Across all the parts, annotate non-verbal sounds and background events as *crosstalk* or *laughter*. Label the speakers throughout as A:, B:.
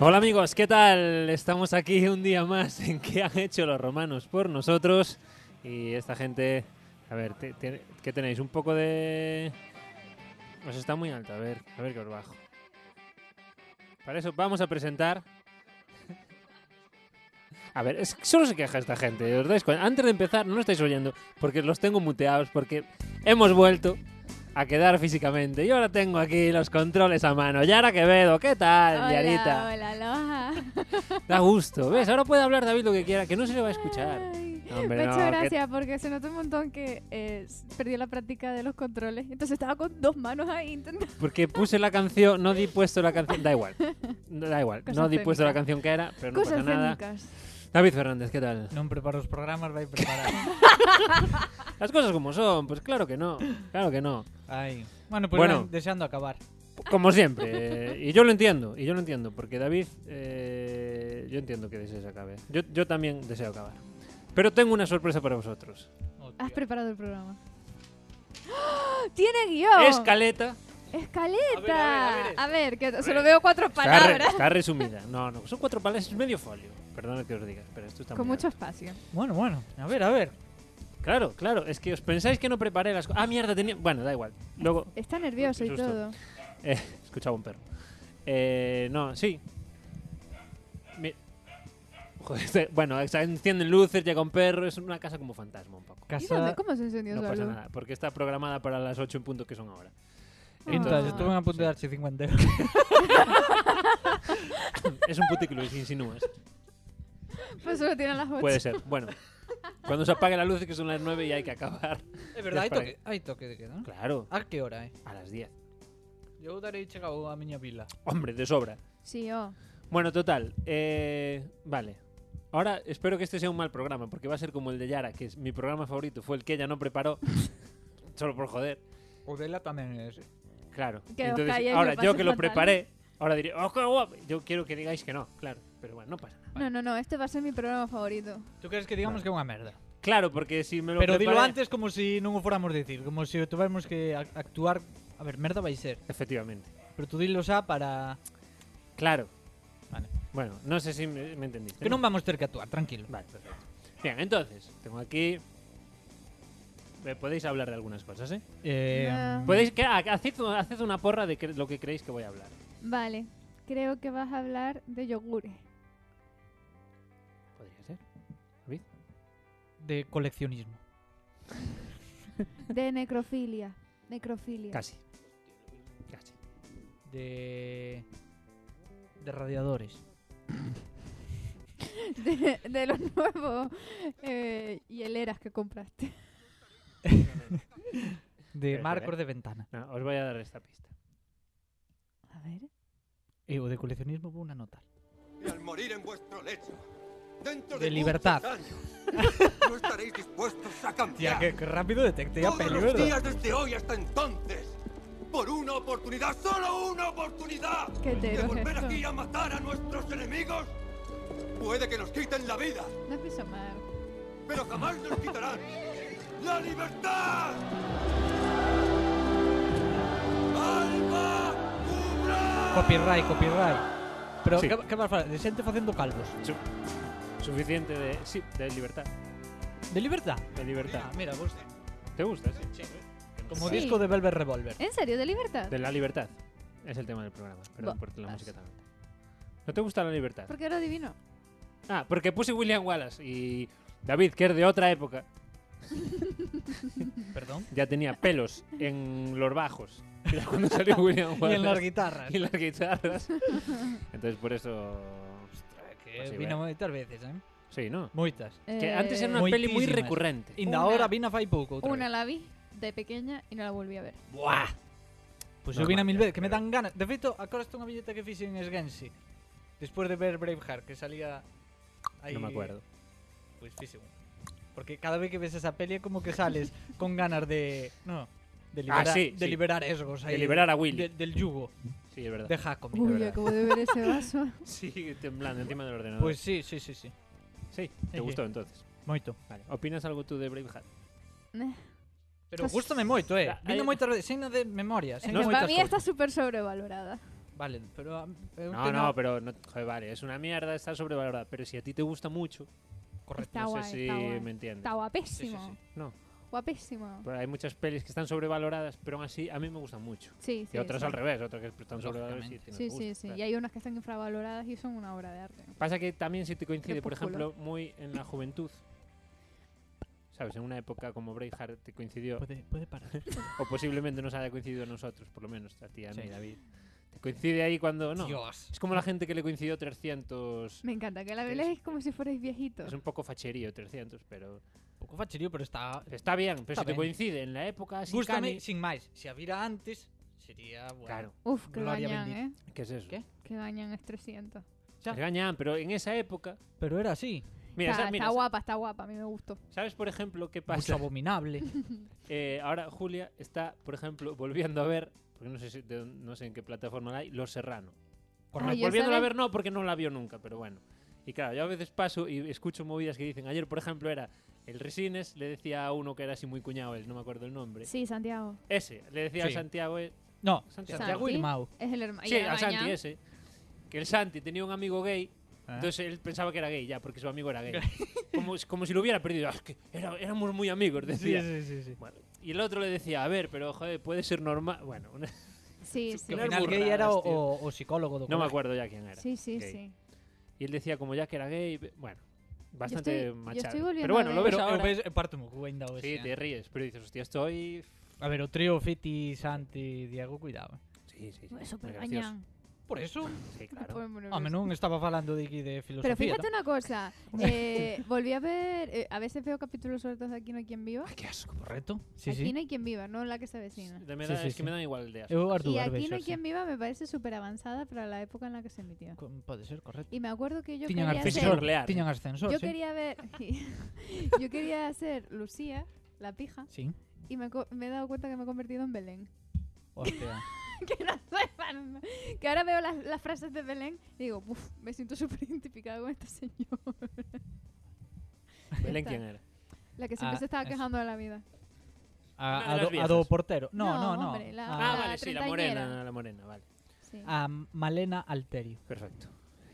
A: Hola amigos, ¿qué tal? Estamos aquí un día más en qué han hecho los romanos por nosotros y esta gente, a ver, te- te- ¿qué tenéis? Un poco de... Os está muy alto, a ver, a ver que os bajo. Para eso vamos a presentar... A ver, es que solo se queja esta gente, ¿os dais cuenta? Antes de empezar, no lo estáis oyendo, porque los tengo muteados, porque hemos vuelto a quedar físicamente. Y ahora tengo aquí los controles a mano. Yara Quevedo, ¿qué tal,
B: Hola,
A: Yarita?
B: hola, aloha.
A: Da gusto, ¿ves? Ahora puede hablar David lo que quiera, que no se le va a
B: *laughs*
A: escuchar.
B: Ay,
A: No, hombre,
B: me ha hecho
A: no, que-
B: gracia porque se nota un montón que eh, s- perdió la práctica de los controles. Entonces estaba con dos manos ahí intentando.
A: Porque puse la canción, no di puesto la canción, da igual. No, Da
B: *laughs*
A: igual,
B: Cosas
A: no di puesto la
B: técnicas.
A: canción que era, pero no
B: Cosas
A: pasa nada.
B: técnicas.
A: David Fernández, ¿qué tal?
C: Non preparo os programas, vai preparar. *laughs*
A: Las cosas como son, pues claro que no, claro que no.
C: Ai. Bueno, pois pues
A: Bueno.
C: bueno. deseando acabar.
A: Como siempre, eh, y yo lo entiendo, y yo lo entiendo, porque David, eh, yo entiendo que desees acabar. Yo, yo también deseo acabar. Pero tengo una sorpresa para vosotros.
B: Has
C: Hostia.
B: preparado el programa. ¡Ah! ¡Tiene guión!
A: Escaleta.
B: ¡Escaleta!
A: A ver, a ver, a ver.
B: A ver, que solo veo cuatro
A: Está, re- *laughs*
B: palabras.
A: está resumida. No, no, son cuatro palabras, es medio folio. Perdona que os diga, pero esto está
B: Con
A: muy
B: mucho
A: alto.
B: espacio.
C: Bueno, bueno, a ver, a ver.
A: Claro, claro, es que os pensáis que no preparé las cosas. Ah, mierda, tenía. Bueno, da igual. Luego *laughs*
B: Está nervioso
A: Qué
B: y
A: susto.
B: todo.
A: eh, escuchaba un perro. Eh, no, sí. Mi- Joder, *laughs* este- bueno, exa- encienden luces, llega un perro, es una casa como fantasma un poco.
B: ¿Y dónde?
C: Casa...
B: ¿Cómo se encendió
A: No
B: esa
A: pasa
B: luz?
A: nada, porque está programada para las 8 en punto que son ahora. *laughs*
C: Entonces,
B: Ah.
C: estuve a punto de darche 50 euros. *laughs*
A: Es un putículo y se insinúas.
B: Pues solo tienen las ocho.
A: Puede ser. Bueno, cuando se apague la luz, que son las 9 y hay que acabar. *laughs*
C: É verdade, hai
A: Desparai.
C: toque, hai toque de queda, non?
A: Claro,
C: A que hora, eh?
A: a las 10.
C: Eu darei chegado a miña vila.
A: Hombre, de sobra.
B: Sí, oh.
A: Bueno, total. eh, vale. Ahora espero que este sea un mal programa, porque va a ser como el de Yara, que es mi programa favorito, fue el que ella no preparó, *laughs* solo por joder.
C: O dela tamén é ese.
A: Claro.
B: Que os
A: Entonces,
B: calléis,
A: ahora
B: lo
A: yo que lo
B: paso
A: preparé,
B: fatal.
A: ahora diré, "Oh, qué guapo". Yo quiero que digáis que no, claro. Pero bueno, no pasa nada.
B: No, no, no. Este va a ser mi programa favorito.
C: Tú crees que digamos que é unha merda.
A: Claro, porque si me lo
C: Pero dilo
A: preparé-
C: antes como se si non o fóramos dicir, como se si tuvéramos que ac- actuar... A ver, merda vai ser.
A: Efectivamente.
C: Pero tú dilo xa para...
A: Claro.
C: Vale.
A: Bueno, no sé si me, me entendiste.
C: Que
A: ¿no?
C: non vamos ter que actuar, tranquilo.
A: Vale, perfecto. Bien, entonces, tengo aquí... Eh, Podéis hablar de algunas cosas, ¿eh?
C: Eh,
B: No.
A: Podéis que ah, haced, haced una porra de que- lo que creéis que voy a hablar.
B: Vale. Creo que vas a hablar de yogures.
A: Podría ser.
C: De coleccionismo.
B: De necrofilia. Necrofilia.
A: Casi. Casi.
C: De... De radiadores.
B: *laughs* De, de los nuevos eh, hieleras que compraste.
C: De
A: Espera,
C: marcos de ventana.
A: No, Ah, os voy a dar esta pista.
B: A ver.
C: E o de coleccionismo vou unha nota.
D: Y al morir en vuestro lecho, dentro
C: De
D: de,
C: libertad.
D: muchos años, no estaréis dispuestos a cambiar.
C: rápido detectei
D: Todos los días desde hoy hasta entonces, por una oportunidad, solo una oportunidad,
B: ¿Qué te
D: de
B: digo
D: volver
B: esto?
D: aquí a matar a nuestros enemigos, puede que nos quiten la vida,
B: No piso mal.
D: pero jamás nos quitarán la libertad. ¡Alma Cubra!
C: Copyright, copyright. Pero
A: Sí.
C: que, que vas falar? De xente facendo calvos.
A: Suficiente de. Sí, de libertad.
C: De libertad. Ah,
A: De libertad.
C: mira, vos...
A: ¿Te gusta? sí?
C: Como
B: Sí.
C: disco de Velvet Revolver.
B: ¿En serio? ¿De libertad?
A: De la libertad. Es el tema del programa. Perdón
B: Bo-
A: por la
B: vas.
A: música también. ¿No te gusta la libertad?
B: Porque era divino.
A: Ah, porque puse William Wallace y. David, que es de otra época,
C: Perdón.
A: ya tenía pelos en los bajos. *laughs* Era cuando salió William
C: *laughs* Y
A: Wallace.
C: en las
A: *laughs*
C: guitarras.
A: *laughs* Y en las guitarras. Entonces, por eso.
C: Que
A: Así,
C: vina
A: ve.
C: moitas veces, eh?
A: Sí, ¿no?
C: Moitas.
A: Que
B: Eh,
A: antes era una peli muy
C: Moitísimas.
A: recurrente.
C: Inda
B: Una-
C: ahora vina fai pouco outra
B: una
C: vez.
B: la vi de pequeña y no la volví a ver.
A: ¡Buah!
C: Pois
A: Normal,
C: eu vina mil
A: eh,
C: veces, que me dan ganas. De feito, agora estou unha billeta que fixen Sgensi. Despois de ver Braveheart, que salía aí.
A: No me acuerdo.
C: Pois fixe un. Pues Porque cada vez que ves esa peli é como que sales con ganas de, no, de liberar,
A: Ah, sí,
C: de
A: sí.
C: liberar esgos
A: De
C: aí.
A: liberar a Willy.
C: de- del yugo
A: Sí, es verdad.
C: de Jacobi.
B: Uy,
A: verdad.
B: acabo de ver ese
A: *laughs*
B: vaso.
A: Sí, temblando encima del ordenador.
C: Pois Pues sí, sí, sí, sí.
A: sí, te
C: eh,
A: gustó entonces.
C: Moito.
A: Vale. ¿Opinas algo tú de Braveheart?
B: Eh,
C: Pero
B: Estás-
C: gustame moito, eh.
A: Ah,
C: Vino
A: eh,
C: moitas veces, sino de memoria,
B: Es
C: sino
B: que
C: moitas
B: para mí
C: cousas.
B: está súper sobrevalorada.
C: Vale, pero ah, eu
A: No,
C: teño-
A: no, pero no- joder, vale, es una mierda, está sobrevalorada. Pero si a ti te gusta mucho,
B: Está
C: Correcto.
A: no
B: guay,
A: sé si
B: está guay.
A: me entiendes.
B: Está guapísimo.
C: Sí, sí,
A: No,
B: Guapísimo.
A: pero hay muchas pelis que están sobrevaloradas, pero aún así a mí me gustan mucho.
B: Sí, sí.
A: y otras
B: sí.
A: al revés, otras que están sobrevaloradas y
C: Lógicamente.
A: no
B: Sí,
A: te gustan,
B: sí, sí.
A: claro.
B: Y hay unas que están infravaloradas y son una obra de arte.
A: Pasa que también si te coincide, por
B: Crepúsculo.
A: ejemplo, muy en la juventud. ¿Sabes? En una época como Braveheart te coincidió,
C: Puede, puede parar.
A: o posiblemente nos haya coincidido a nosotros, por lo menos, a ti, a mí,
C: Sí.
A: David. Te coincide ahí cuando. No.
C: Dios.
A: Es como la gente que le coincidió 300.
B: Me encanta que la
A: Sí,
B: veáis
A: sí.
B: como si fuerais viejitos.
A: Es un poco facherío 300, pero.
C: Pouco facherío, pero está...
A: Está bien, pero
C: Está
A: si te
C: bien.
A: coincide en la época. Sin
C: Gústame
A: cani-
C: sin máis. Se a vira antes, sería... Bueno.
A: Claro,
B: Uf, que
C: Gloria
B: gañan, ¿eh?
C: bendita.
A: ¿qué es eso?
C: ¿Qué?
B: Que gañan es 300.
C: Ya.
A: Es gañán, pero en esa época.
C: Pero era así.
A: Mira,
B: está,
A: sa- mira,
B: está guapa, está guapa. A mí me gustó.
A: ¿sabes, por ejemplo, qué
C: Mucho
A: pasa?
B: *laughs*
C: abominable.
A: Eh, ahora Julia está, por ejemplo, volviendo a ver, porque no sé, si- de- no sé en qué plataforma la hay, Los Serrano.
B: Ah, yo
A: Volviéndola a
B: sabe-
A: ver, no, porque no la vio nunca, pero bueno. Y claro, yo a veces paso y escucho movidas que dicen. Ayer, por ejemplo, era el Resines, le decía a uno que era así muy cuñado, él no me acuerdo el nombre.
B: Sí, Santiago.
A: Ese, le decía
C: Sí.
A: a Santiago. eh,
C: No,
A: Santiago.
C: Santiago
B: Santi.
C: Irmao.
B: Es el hermano.
A: sí, a Santi ese. Que el Santi tenía un amigo gay,
C: Ah.
A: entonces él pensaba que era gay ya, porque su amigo era gay. *laughs* como, si- como si lo hubiera perdido. Ah, es que era- éramos muy amigos, decía.
C: sí, sí, sí.
A: Bueno, y el otro le decía, a ver, pero joder, puede ser normal. Bueno,
C: *laughs*
A: una-
B: Sí, sí.
C: Que
A: Claro.
C: ao final
A: burradas,
C: gay era o,
A: tío.
C: o, o psicólogo do
A: no me
C: colegio.
A: acuerdo ya quién era.
B: Sí, sí,
A: Gay.
B: sí.
A: Y él decía, como ya que era gay, be- bueno, bastante
B: estoy- yo
A: machado.
B: estoy volviendo
A: pero bueno,
B: a
A: lo
B: ver-
A: ves
C: Pero eu
A: ahora.
C: ves, eu parto mo ainda hoxe. eh.
A: Sí, te ríes, pero dices, hostia, estoy.
C: A ver, o trío Fiti, Santi, Diego, cuidado. eh.
A: Sí, sí, sí.
B: Eso
A: muy
B: súper
A: gracioso.
B: gañán.
C: Por eso,
A: Sí,
B: Me
A: claro.
B: pone muy nerviosa.
C: home, non estaba falando de aquí de
B: Pero
C: filosofía.
B: fíjate
C: Ah, ¿no?
B: una
C: *laughs*
B: cosa, eh, volví a ver, eh, a veces veo capítulos sueltos de Aquí no hay quien viva.
C: Ai, que asco, correcto? Sí,
B: Aquí
C: sí.
B: no hay quien viva, no la que se avecina.
A: De- me
C: Sí,
A: da-
C: sí,
A: es
C: sí.
A: que me dan igual de
C: Eu
B: Y
C: Arduar
B: Aquí
C: vexo,
B: no hay
C: sí.
B: quien viva me parece súper avanzada para la época en la que se emitió.
C: Co- Pode ser, correcto.
B: Y me acuerdo que yo
C: Tiñan
B: quería
A: Físico
C: ascensor,
B: ser,
A: nuclear.
C: tiñan ascensor,
B: yo
C: sí.
B: quería ver, *laughs* yo quería ser Lucía, la pija,
C: Sí,
B: y me, co- me he dado cuenta que me he convertido en Belén.
C: hostia.
B: *laughs* que no soy fan- que ahora veo las, las frases de Belén y digo, "Uf, me siento *laughs* súper identificada con este esta señora,
A: Belén,
B: está.
A: ¿quién era?
B: la que siempre
C: Ah,
B: se estaba
C: es-
B: quejando de la vida.
A: Una de
C: A, a,
A: las
C: do, a
A: viejas.
C: do portero. No,
B: No,
C: no, no.
B: hombre, la-
A: Ah,
B: la
A: vale, sí, la
B: treintañera.
A: morena, la morena, vale.
B: Sí.
C: a, a Malena Alterio.
A: Perfecto.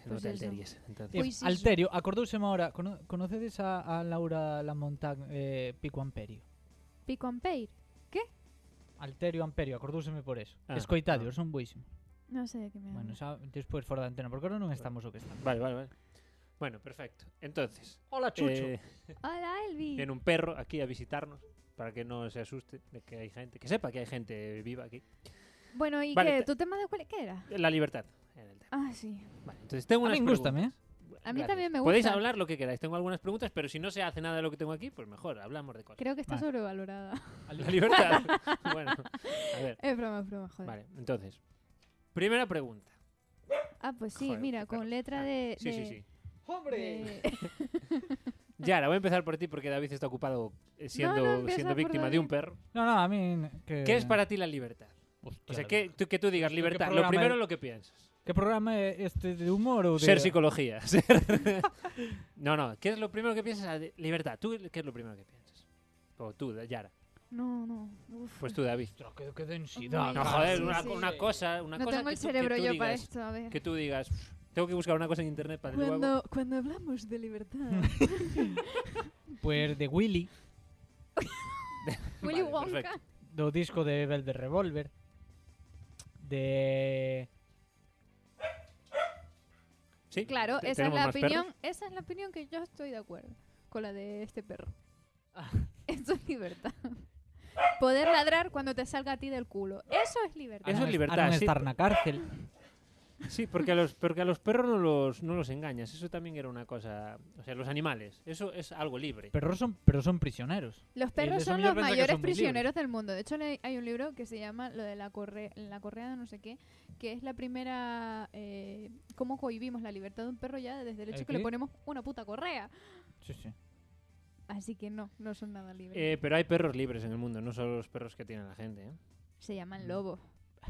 B: Pues
A: no te
B: eso.
A: alteres, entonces.
C: Eh,
B: Pois iso.
C: Alterio, acordouseme ahora, cono, conocedes a, a Laura Lamontán eh, Pico Amperio?
B: Pico and Peir.
C: Alterio Amperio, acordouseme por eso.
A: Ah,
C: Escoitadeo,
A: ah.
C: son buísimo.
B: No sé de qué me
C: Bueno,
B: hablas.
C: xa despois fora da antena, porque ahora non estamos o que estamos.
A: Vale, vale, vale. Bueno, perfecto. Entonces,
C: Hola, Chucho.
A: eh,
B: Hola, Elvi.
A: viene un perro aquí a visitarnos para que no se asuste de que hay gente, que sepa que hay gente viva aquí.
B: Bueno, ¿y
A: Vale,
B: qué?
A: te-
B: ¿Tu tema de cuál qué era?
A: La libertad. era el tema.
B: Ah, sí.
A: Vale, entonces tengo
C: a
A: unas
C: min gustame, eh?
A: preguntas.
B: A mí también me
A: Podéis
B: gusta.
A: hablar lo que queráis. Tengo algunas preguntas, pero si no se hace nada de lo que tengo aquí, pues mejor, hablamos de cosas.
B: Creo que está
C: Vale.
B: sobrevalorada. *laughs*
A: La libertad. *laughs* bueno, a ver.
B: es broma, es broma, joder.
A: Vale, entonces. Primera pregunta.
B: Ah, pues sí,
A: Joder,
B: mira,
A: qué
B: con
A: perro.
B: letra
A: Ah,
B: de.
A: Sí, sí,
B: de-
A: sí.
B: de-
A: Yara, voy a empezar por ti porque David está ocupado eh, siendo,
B: no, empieza
A: siendo
B: por
A: víctima de
B: David.
A: un perro.
C: No, no, a min que
A: ¿Qué es para ti la libertad?
C: Hostia,
A: O sea,
C: la
A: que
C: verdad.
A: tú, que tú digas
C: Hostia, qué
A: libertad, Eh, lo
C: programa
A: primero
C: es.
A: es lo que piensas.
C: Que programa é este de humor ou de
A: Ser psicología. *laughs* ser- no, no, ¿qué es lo primero que piensas? Ah, de- Libertad. ¿Tú qué es lo primero que piensas? O tú, Da- Yara.
B: *laughs* No, no. uf.
A: Pues tú, David.
C: Hostia, que, que densidad.
B: Uy,
A: No,
B: Ah,
A: joder,
B: sí,
A: una,
B: sí.
A: una cosa, una
B: no
A: cosa
B: tengo
A: que
B: el
A: tú- que
B: cerebro
A: tú
B: yo para
A: digas,
B: esto, a ver.
A: Que tú digas, "Pff, tengo que buscar una cosa en internet para luego...
B: Cuando, cuando hablamos de libertad.
C: Pues de Willy,
B: Willy
A: Vale,
B: Wonka.
A: perfecto.
C: do disco de Velvet Revolver, de...
A: ¿Sí?
B: Claro,
A: ¿Te-
B: esa es
A: tenemos
B: la
A: más perros?
B: opinión. Esa es la opinión que yo estoy de acuerdo con la de este perro.
A: Ah.
B: *laughs* Eso es libertad. Poder ladrar cuando te salga a ti del culo. Eso es libertad.
A: Ah, Eso
C: a non
A: es
C: es-
A: libertad,
C: A non
A: sí.
C: estar na cárcel.
A: Sí, porque a los, porque a los perros no los, no los engañas. Eso también era una cosa. O sea, los animales. Eso es algo libre.
C: Pero son, pero son prisioneros.
B: Los
C: de
B: perros
C: eso
B: son
C: yo
B: los
C: pensé que
B: mayores
C: son muy libres.
B: prisioneros del mundo. De hecho, le- hay un libro que se llama Lo de la, corre la correa de no sé qué, que es la primera... Eh, cómo cohibimos la libertad de un perro ya desde el hecho
C: ¿El
B: que le
C: qué?
B: ponemos una puta correa.
C: Sí, sí.
B: Así que no, no son nada libres.
A: Eh, pero hay perros libres en el mundo, no solo los perros que tiene la gente. ¿eh?
B: se llaman lobos. *laughs*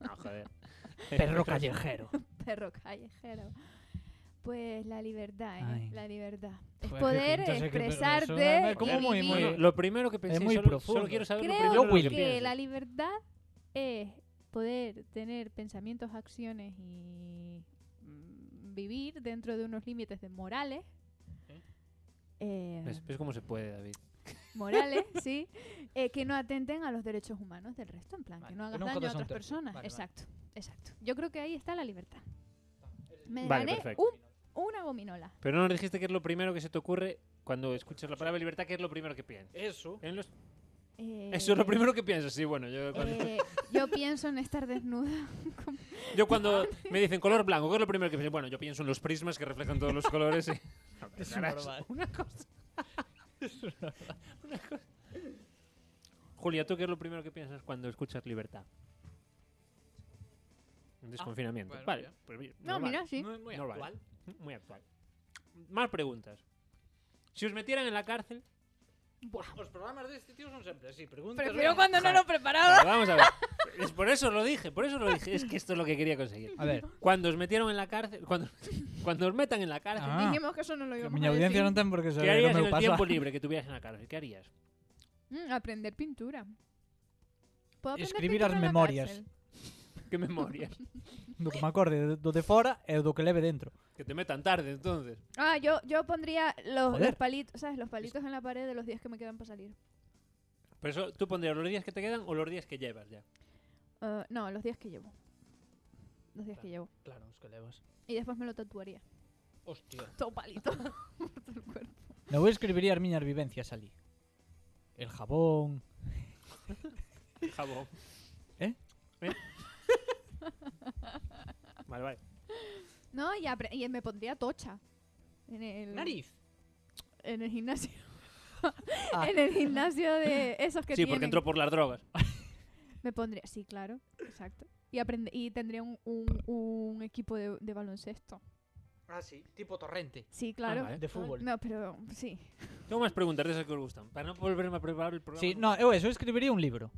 A: No, joder.
C: Perro callejero.
B: Perro callejero. Pues la libertad, ¿eh?
C: Ay.
B: la libertad. Es
C: Joder,
B: poder
C: yo sé que- pero eso
B: expresarte.
C: es como
B: y
C: muy- muy-
B: vivir.
A: Lo primero que pensé
C: muy
A: solo- solo,
C: profundo.
A: quiero saber lo primero
B: Creo
A: de lo que
C: Willy.
B: que
A: piensas.
B: la libertad es poder tener pensamientos, acciones y mm, vivir dentro de unos límites de morales. eh,
A: ¿Ves? ¿Ves cómo se puede, David?
C: *laughs*
B: morales, sí, eh, que no atenten a los derechos humanos del resto, en plan,
C: Vale,
B: que no
C: que
B: hagas
C: nunca
B: daño a
C: te son
B: otras
C: tercos.
B: personas.
C: Vale, vale.
B: exacto, exacto. Yo creo que ahí está la libertad. Me
A: Vale,
B: gané
A: perfecto.
B: un- una gominola.
A: Pero no nos dijiste que es lo primero que se te ocurre cuando escuchas la palabra libertad, que es lo primero que piensas.
C: Eso.
A: En los-
B: Eh,
A: *laughs* Eso es lo primero que piensas, sí, bueno, yo cuando,
B: eh, yo pienso en estar desnuda. como-
A: yo cuando me dicen color blanco, ¿qué es lo primero que pienso? Bueno, yo pienso en los prismas que reflejan todos los colores. *laughs* y- No, pero
C: Es
A: verás,
C: normal.
A: una cosa. Una cosa. Julia, ¿tú qué es lo primero que piensas cuando escuchas libertad? Un desconfinamiento.
E: bueno,
A: vale,
E: ya.
A: pues bien,
B: No,
A: normal.
B: mira, sí.
E: Muy, muy
A: No vale.
E: actual.
A: Muy actual. Más preguntas. Si os metieran en la cárcel.
E: Los programas de este tío son siempre así. Preguntas.
B: Prefiero cuando no lo preparaba.
A: Pero vamos a ver. *laughs* Es por eso lo dije, por eso lo dije. Es que esto es lo que quería conseguir.
C: A ver,
A: Cuando os metieron en la cárcel. Cuando, *laughs* cuando os metan en la cárcel.
C: Ah.
B: Dijimos que eso no lo
C: que
B: íbamos
C: miña
B: a decir.
C: audiencia non ten porque saber
A: ¿Qué harías
C: o
A: en
C: meu
A: el
C: pasado.
A: tiempo libre que tuvieras en la cárcel? ¿Qué harías?
B: Mm, aprender pintura. ¿Puedo aprender
C: Escribir
B: pintura
C: as
B: en la
C: memorias.
B: cárcel?
A: *laughs* ¿Qué memorias?
C: Do que me acorde do de fora e do que leve dentro.
A: *laughs* Que te metan tarde, entonces.
B: Ah, yo, yo pondría los,
C: Joder.
B: los palitos, ¿sabes? Los palitos en la pared de los días que me quedan para salir.
A: Pero eso, ¿tú pondrías los días que te quedan o los días que llevas ya?
B: Eh, no, los días que llevo. Los días que llevo.
C: Claro, os que levas.
B: Y después me lo
C: *laughs*
B: tatuaría.
E: Hostia.
B: Todo palito. por todo el cuerpo.
C: Eu escribiría as miñas vivencias ali. El jabón,
A: Jabón.
C: ¿Eh? *laughs*
A: ¿Eh? Vale, vale.
B: *laughs* No, y, apre- y me pondría tocha. En el,
E: Nariz.
B: En el gimnasio. *laughs*
C: Ah.
B: en el gimnasio de esos que
A: Sí,
B: tienen.
A: porque entró por las drogas.
B: Me pondría, sí, claro, exacto. Y, aprende, y tendría un, un, un equipo de, de baloncesto.
E: Ah, sí. Tipo torrente.
B: Sí, claro.
A: Ah, vale.
C: de fútbol.
B: No, pero sí.
A: Tengo más preguntas de esas que os gustan. Para no volverme a preparar el programa.
C: Sí, no, eu eso escribiría un libro.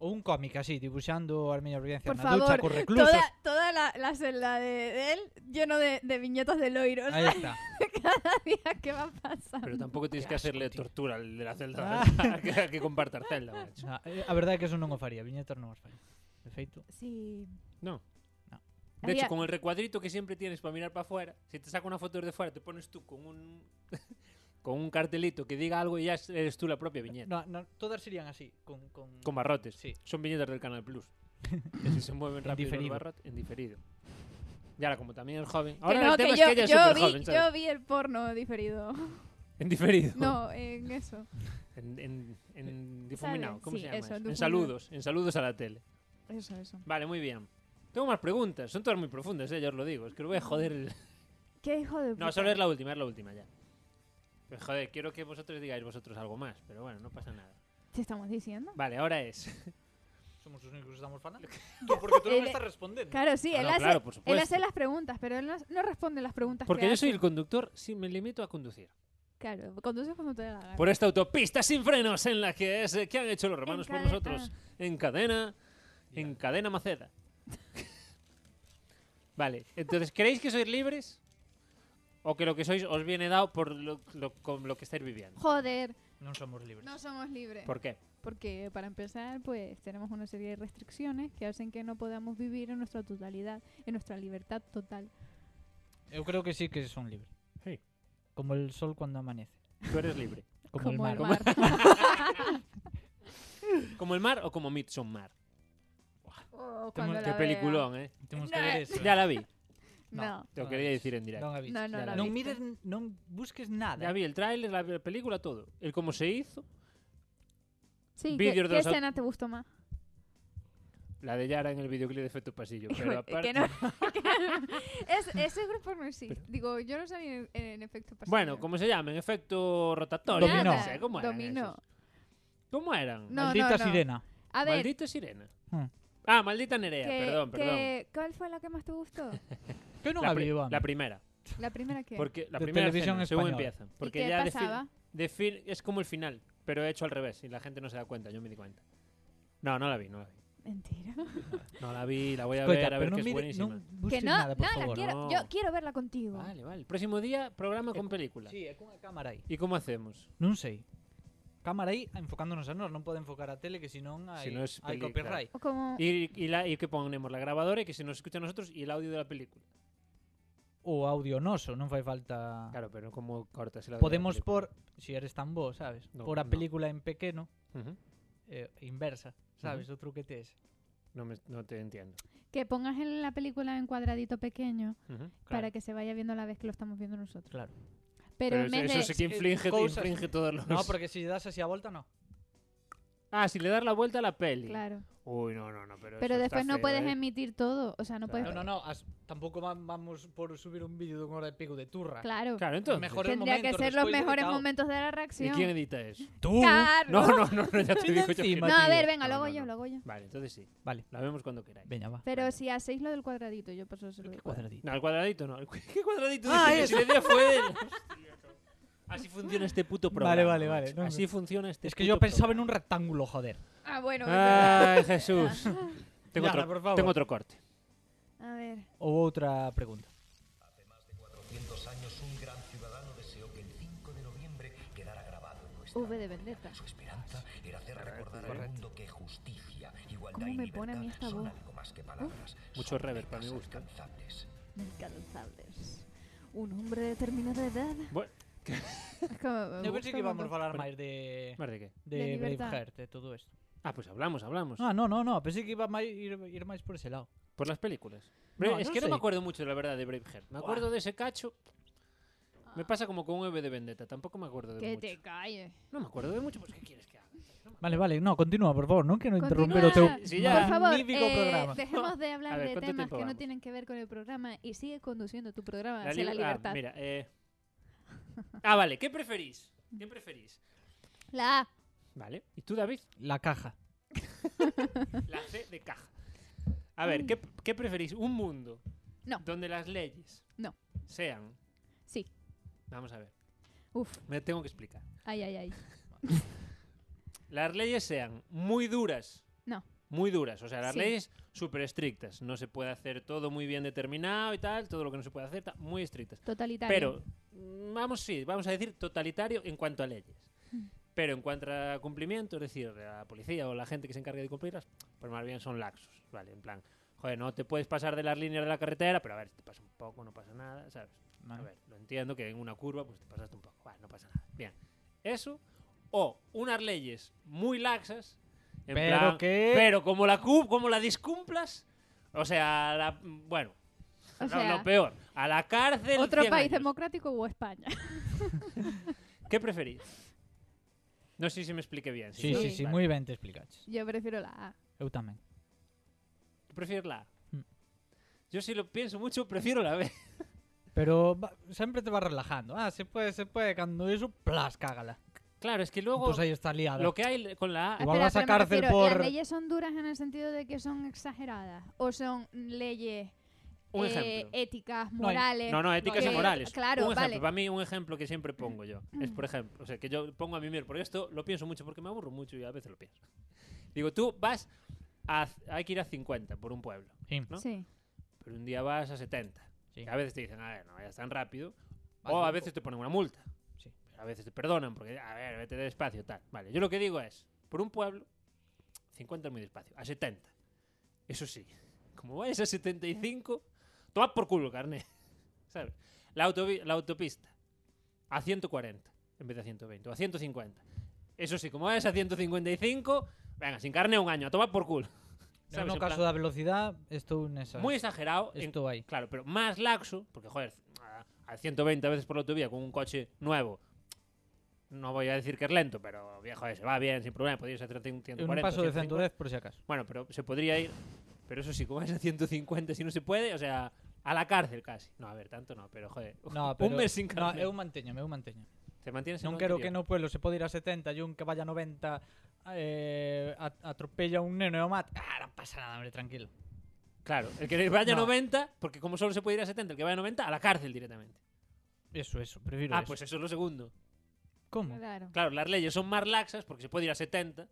C: Ou un cómic así, dibuxando as miñas vivencias
B: Por
C: na
B: favor,
C: ducha co reclusos.
B: *laughs* Toda, toda la, la celda de, de él lleno de, de viñetas de Loiro. *laughs*
C: Ahí está.
B: Cada día que va pasando.
A: Pero tampoco tienes que hacerle tortura al de la celda.
C: *laughs*
A: *laughs*
C: Ah.
A: al que, al que comparta celda, macho.
C: Na, eh, a verdade é que eso non o faría, viñetas non as faría. De feito,
B: Sí.
A: No.
C: No.
A: De hecho,
B: Había-
A: con el recuadrito que siempre tienes para mirar para afuera, si te saca una foto de fuera, te pones tú con un *laughs* con un cartelito que diga algo y ya eres tú la propia viñeta.
C: no, no, todas serían así, con, con...
A: Con barrotes.
C: Sí.
A: Son viñetas del Canal Plus. Que si se
B: *laughs*
A: mueven rápido los
C: diferido.
A: barrotes, en diferido. Y ahora, como también es joven.
B: Que
A: Ahora
B: no,
A: el tema
B: que
A: es
B: yo,
A: que ella es
B: yo
A: súper
B: vi,
A: joven, ¿sabes?
B: yo vi el
A: *laughs*
B: porno diferido.
A: En diferido.
B: No, en eso.
A: En, en- en difuminado. ¿Cómo
B: Sí,
A: se llama?
B: eso,
A: eso? En
B: difuminado.
A: saludos. En saludos a la tele.
B: Eso, eso.
A: Vale, muy bien. Tengo más preguntas. Son todas muy profundas, eh, ya os lo digo. Es que os voy a joder el,
B: Qué hijo de puta.
A: No, solo es la última, es la última ya. Pues joder, quiero que vosotros digáis vosotros algo más, pero bueno, no pasa nada.
B: ¿Te estamos diciendo?
A: Vale, ahora es.
C: Somos os únicos que estamos falando. No, porque tú non me estás respondendo.
B: Claro, sí,
A: Ah,
B: él,
A: no,
B: hace,
A: claro, por
B: él
A: supuesto.
B: hace las preguntas, pero él no, no responde las preguntas
A: Porque yo
B: que hace.
A: soy el conductor, si me limito a conducir.
B: Claro, conduces cuando te da la gana.
A: Por e- esta autopista sin frenos en la que es eh, que han hecho los romanos por
B: cade-
A: nosotros. En cadena, en cadena Maceda. *laughs* vale, entonces, ¿creéis que sois libres? ¿O que lo que sois os viene dado por lo, lo- con lo que estáis viviendo?
B: Joder,
C: Non somos libres.
B: no somos libres.
A: ¿Por qué?
B: Porque para empezar, pues tenemos una serie de restricciones que hacen que no podamos vivir en nuestra totalidad, en nuestra libertad total.
C: Eu creo que sí que son libres.
A: Sí.
C: Como el sol cuando amanece.
A: Tú eres libre.
C: Como, el mar.
A: ¿Como el mar o como Midsommar?
B: *laughs* Oh,
C: Tenemos-
B: cuando
A: Qué
B: la
A: peliculón, ¿eh?
C: Temos que ver eso.
A: Ya la vi.
B: vea. No,
A: Te lo
C: No,
A: quería
C: es-
A: decir en directo.
C: Non a
B: no, no,
A: Ya
B: la
A: la
C: non
B: viste.
C: mires, non busques nada.
A: Ya vi el tráiler, la película, todo. El cómo se hizo.
B: Sí, ¿qué,
A: vídeos de los
B: qué
A: au-
B: escena te gustó más?
A: La de Yara en el videoclip de Efecto Pasillo.
B: *laughs*
A: Pero
B: Bueno,
A: aparte... *laughs*
B: que no- que- es- ese grupo no existe. Digo, yo no sabía en, en efecto pasillo.
A: Bueno, ¿cómo se llama? En efecto rotatorio.
B: Nada,
C: Dominó.
A: no sé, ¿Cómo eran
B: dominó.
A: esos? ¿Cómo eran?
B: No,
C: Maldita
B: no, no.
C: sirena.
B: A ver,
A: Maldito Sirena.
C: Hmm.
A: Ah, Maldita Nerea,
B: que-
A: perdón, perdón.
B: que- ¿cuál fue la que más te gustó?
C: Que non
A: la,
C: a
A: pri-
C: vivan.
A: la primera.
B: La primera
A: *laughs*
B: que...
A: Porque, la
C: Ah, De
A: primera
C: televisión
A: escena, según
C: española.
A: empiezan. Porque
B: qué
A: ya defi-
B: pasaba?
A: defi- es como el final, pero hecho al revés y la gente no se da cuenta, yo me di cuenta. No, no la vi, no la vi.
B: Mentira.
A: No la vi, la voy a
C: Escoita,
A: ver, a ver que
C: pero non
A: es
C: mire,
A: buenísima.
C: non
B: que
C: busques
B: no,
C: nada, por
B: no, la
C: favor.
B: quiero,
A: No.
B: yo quiero verla contigo.
A: Vale, vale. Próximo día, programa con película.
C: Eh, Sí, é cunha cámara aí.
A: ¿Y cómo hacemos?
C: Non sei. Cámara aí enfocándonos a nós, non pode enfocar a tele que senón
A: Si
C: hai,
A: non es
C: hai
A: peli,
C: copyright.
B: O como...
A: Y, y la, y que ponemos la grabadora y que se nos escucha a nosotros y el audio de la película.
C: O audio noso, non fai falta...
A: Claro, pero como cortas el audio. de la
C: Podemos
A: película?
C: por, si eres tan bo, sabes,
A: No,
C: por a
A: no.
C: película en pequeno,
A: Ujú.
C: eh, inversa, sabes, o truquete ese.
A: no, me- no te entiendo.
B: Que pongas en la película en cuadradito pequeño
A: Ujú.
B: para que se vaya viendo a la vez que lo estamos viendo nosotros.
C: Claro.
B: Pero, en
A: eso-
B: vez
A: eso sí
B: de...
A: que infringe,
C: Cosas-
A: infringe todos los...
C: No, porque si das así a volta, no.
A: Ah, si le das la vuelta a la peli.
B: Claro.
A: Uy, no, no, no. Pero,
B: Pero
A: eso está
B: después no
A: feo,
B: puedes
A: ¿eh?
B: emitir todo. O sea, no puedes...
C: No, no, no, as- tampouco va- vamos por subir un vídeo dunha hora e pico de turra.
B: Claro.
A: Claro, entonces.
C: Mejor- Mejores
B: Tendría que
C: momentos,
B: ser los
C: después de
B: mejores
C: editado.
B: momentos de la
A: ¿Y
B: reacción.
A: quién edita eso?
C: Tú.
B: Claro.
A: No, no, no, no, ya te
C: Estoy
A: digo yo que
C: encima,
A: no.
B: No, a
C: tío.
B: ver, venga,
A: No,
B: lo hago
A: no,
B: yo,
A: no.
B: lo hago yo.
A: Vale, entonces sí.
C: Vale,
A: La vemos cuando queráis.
C: veña, va.
B: Pero
A: Vale.
B: si hacéis lo del cuadradito, yo paso eso.
C: Que cuadradito.
A: No, el cuadradito no. *laughs* ¿Qué cuadradito?
C: Ah,
A: dice? *laughs*
C: eso.
A: Si la idea fue él. Así funciona este puto programa.
C: Vale, vale,
A: macho.
C: vale, no,
A: Así funciona este
C: Es que yo
A: puto
C: pensaba en un rectángulo, joder.
B: Ah, bueno. es verdad.
A: Ay,
B: *laughs*
A: Jesús. Tengo,
C: Nada,
A: otro,
C: por favor.
A: tengo otro corte.
B: A ver.
C: Ou outra pregunta.
F: Hace más de 400 años un gran ciudadano deseó que el 5 de noviembre quedara grabado en nuestra
B: V de
F: memoria.
B: Vendetta.
F: Su esperanza era hacer recordar al
C: correcto.
F: mundo que justicia, igualdad
B: ¿Cómo
F: y
B: me
F: libertad
B: pone a mí esta
F: son
B: voz?
F: algo más que palabras.
A: Mucho
F: son
A: reverb para
F: metas
A: mi gusto.
F: alcanzables.
B: Incansables. Un hombre de determinada edad.
A: Bueno,
B: *laughs* Es que me
C: Eu
B: gusta
C: pensei que
B: un
C: íbamos
B: montón.
C: falar máis de
A: ¿más de qué?
C: de,
B: De libertad.
C: Braveheart e todo isto.
A: Ah, pues hablamos, hablamos.
C: Ah, no, no, no, pensei que iba máis ir, ir máis por ese lado.
A: Por las películas.
C: No,
A: es
C: no
A: que no
C: sé.
A: me acuerdo mucho, la verdad, de Braveheart. Me acuerdo de ese cacho. Me pasa como con un EV de Vendetta. Tampoco me acuerdo de
B: Que
A: mucho.
B: te calles.
A: No me acuerdo de mucho, pues ¿qué quieres que haga?
C: Vale, vale, no, continúa, por favor, non quero interromper o
B: Continúa.
C: teu
A: Si ya-
B: Por favor,
C: magnífico
B: eh,
C: programa.
B: dejemos de hablar
A: *laughs* A ver,
B: de
A: ¿cuánto
B: temas
A: tiempo
B: que no
A: vamos?
B: tienen que ver con el programa y sigue conduciendo tu programa
A: La
B: hacia la
A: li- ah,
B: libertad.
A: mira, eh. Ah, vale, ¿qué preferís? ¿Qué preferís?
B: la A.
A: Vale. ¿Y tú, David?
C: La caja.
A: La C de caja. A ver, ¿qué, qué preferís? ¿Un mundo
B: Mm. No.
A: donde las leyes
B: No.
A: sean?
B: Sí.
A: Vamos a ver,
B: Uf,
A: me tengo que explicar.
B: ay, ay, ay.
A: Las leyes sean muy duras.
B: No.
A: Muy duras, o sea, las
B: Sí.
A: leyes súper estrictas. No se puede hacer todo muy bien determinado y tal, todo lo que no se puede hacer, tal, muy estrictas. Pero,
B: Totalitario.
A: mm, vamos, sí, vamos a decir totalitario en cuanto a leyes.
B: Mm.
A: Pero en cuanto a cumplimiento, es decir, la policía o la gente que se encargue de cumplirlas, pues más bien son laxos, ¿vale? En plan, joder, no te puedes pasar de las líneas de la carretera, pero a ver, si te pasa un poco, no pasa nada, ¿sabes? A ver, lo entiendo que en una curva pues te pasaste un poco, vale, no pasa nada. Bien, eso, o unas leyes muy laxas, en
C: Pero
A: plan,
C: que-
A: pero como la, cu- como la discumplas, o sea, la- bueno,
B: O
A: lo-
B: sea,
A: lo, peor, a la cárcel.
B: ¿Otro
A: 100
B: país
A: años.
B: democrático o España? *laughs*
A: ¿Qué preferís? No sé si me expliqué bien.
C: Sí, sí,
B: Sí.
C: sí,
A: Vale.
C: moi ben te explicaches.
B: Yo prefiero la A.
C: Eu tamén.
A: Prefiero la A.
C: Mm.
A: Yo si lo pienso mucho, prefiero la B. *laughs*
C: Pero va, sempre te vas relajando. Ah, se puede, se puede, cando iso, plas, cágala.
A: Claro, es que luego
C: Pois aí está liada.
A: lo que hay con la A...
C: Igual vas a
B: Ah, pero me
C: cárcel
B: refiero,
C: por-
B: ¿Las leyes son duras en el sentido de que son exageradas? ¿O son leyes
A: Un
B: eh,
A: ejemplo.
B: éticas,
C: No hay-
B: morales?
A: No, no, éticas
B: que-
A: y morales.
B: claro,
A: un ejemplo,
B: vale. Mm.
A: para mí un ejemplo que siempre pongo yo. Es, por ejemplo, o sea, que yo pongo a mimir, porque esto lo pienso mucho, porque me aburro mucho y a veces lo pienso. Digo, tú vas a... Hay que ir a 50 por un pueblo,
C: Sí.
A: ¿no?
B: Sí.
A: pero un día vas a 70.
C: Sí.
A: Y a veces te dicen, a ver, no vayas tan rápido.
C: Vale,
A: o a
C: loco.
A: veces te ponen una multa.
C: Sí.
A: A veces te perdonan porque, a ver, vete despacio, tal. Vale, yo lo que digo es, por un pueblo, 50 es muy despacio, a 70. Eso sí, como vayas a 75, toma por culo, carne. *laughs* ¿Sabes? La, autovi- la autopista, a 140 en vez de a 120, o a 150. Eso sí, como vayas a 155, venga, sin carne un año, a tomar por culo.
C: Eu
A: ¿Sabes?
C: no
A: En
C: caso
A: plan,
C: da velocidade, estou nesa.
A: muy exagerado en
C: Estou aí.
A: Claro, pero más laxo, porque joder, a- a 120 veces por la autovía con un coche nuevo, no voy a decir que es lento, pero viejo, eh, se va bien, sin problema. Podría ser 30, 140.
C: Un paso de
A: 150.
C: centurez, por si acaso.
A: Bueno, pero se podría ir. Pero eso sí, como es a 150 si no se puede, o sea, a la cárcel casi. No, a ver, tanto no, pero joder.
C: No,
A: *laughs*
C: pero,
A: un mes sin
C: no,
A: cárcel.
C: eu manteñame, eu manteño.
A: Te mantienes en
C: Non quero que no pueblo se pode ir a 70 e un que vaya a 90 eh, a- atropella un neno e o mata. Ah, non pasa nada, hombre, tranquilo.
A: Claro, el que vaya a
C: No.
A: 90, porque como solo se puede ir a 70, el que vaya a 90, a la cárcel directamente.
C: Eso, eso, prefiro
A: Ah,
C: eso.
A: pues eso es lo segundo.
C: Como?
B: Claro.
A: Claro, las leyes son más laxas porque se puede ir a 70,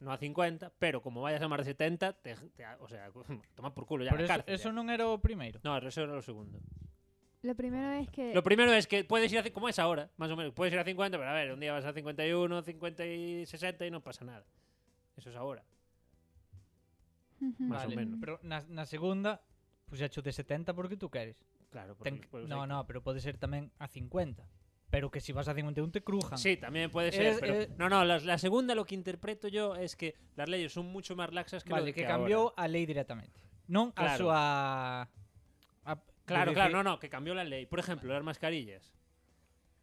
A: no a 50, pero como vayas a más de 70, te, te- o sea, *laughs* toma por culo ya
C: Pero
A: la
C: eso,
A: cárcel.
C: eso
A: ya.
C: non era o primeiro.
A: No, eso era lo segundo.
B: Lo primero es que. *laughs*
A: Lo primero es que puedes ir a... ci- Como es ahora, más o menos. Puedes ir a 50, pero a ver, un día vas a 51, 50 y 60 y no pasa nada. Eso es ahora. Más o
C: vale,
A: menos.
C: Pero na, na segunda, pues hecho de 70 porque tú queres.
A: Claro, porque
C: Ten,
A: después
C: no,
A: hay-
C: no, pero pode ser tamén a 50. Pero que si vas a 51 te crujan.
A: Sí, también puede ser.
C: Es-
A: pero-
C: es-
A: No, no, la, la segunda lo que interpreto yo es que las leyes son mucho más laxas que lo
C: vale, que,
A: que
C: cambiou
A: ahora.
C: a lei directamente. Non a
A: Claro.
C: súa... A,
A: Claro,
C: decir-
A: claro, no, no, que cambió la ley. Por ejemplo, las mascarillas.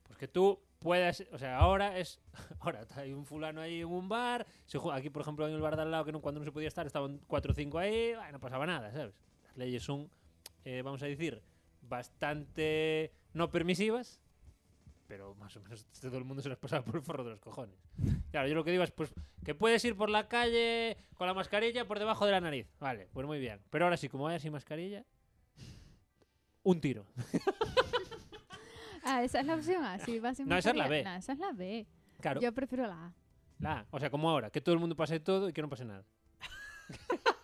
A: Pues que tú puedas, o sea, ahora es, *laughs* ahora hay un fulano ahí en un bar, se ju- aquí por ejemplo en el bar de al lado que no, cuando no se podía estar estaban cuatro o cinco ahí, ah, no pasaba nada, ¿sabes? Las leyes son, eh, vamos a decir, bastante no permisivas, pero más o menos *laughs* todo el mundo se las pasaba por el forro de los cojones. Claro, yo lo que digo es, pues, que puedes ir por la calle con la mascarilla por debajo de la nariz. Vale, pues muy bien. Pero ahora sí, como vayas sin mascarilla, un tiro. *laughs*
B: Ah, esa es la opción A. Sí, vas sin
A: No, esa es la
B: mascarilla.
A: B.
B: No, esa es la B.
A: Claro,
B: Yo prefiero la A.
A: la A. O sea, como ahora, que todo el mundo pase todo y que no pase nada.
C: *laughs*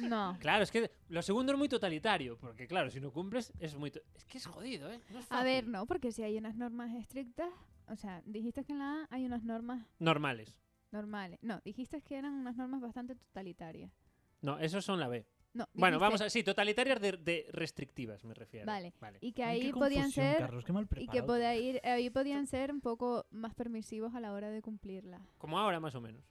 B: No.
A: Claro, es que lo segundo es muy totalitario, porque claro, si no cumples es muy... to- Es que es jodido, ¿eh? No es
B: A
A: fácil.
B: ver, no, porque si hay unas normas estrictas. O sea, dijiste que en la A hay unas normas
A: Normales.
B: normales. No, dijiste que eran unas normas bastante totalitarias.
A: No, esos son la B.
B: No,
A: Bueno,
B: dijiste-
A: vamos a... Sí, totalitarias de, de restrictivas, me refiero.
B: Vale.
A: vale.
B: Y que
C: Ay, qué
B: ahí podían
C: confusión,
B: ser.
C: Carlos, qué mal
B: Y que
C: preparado.
B: podía ir, ahí podían ser un poco más permisivos a la hora de cumplirla.
A: Como ahora, más o menos.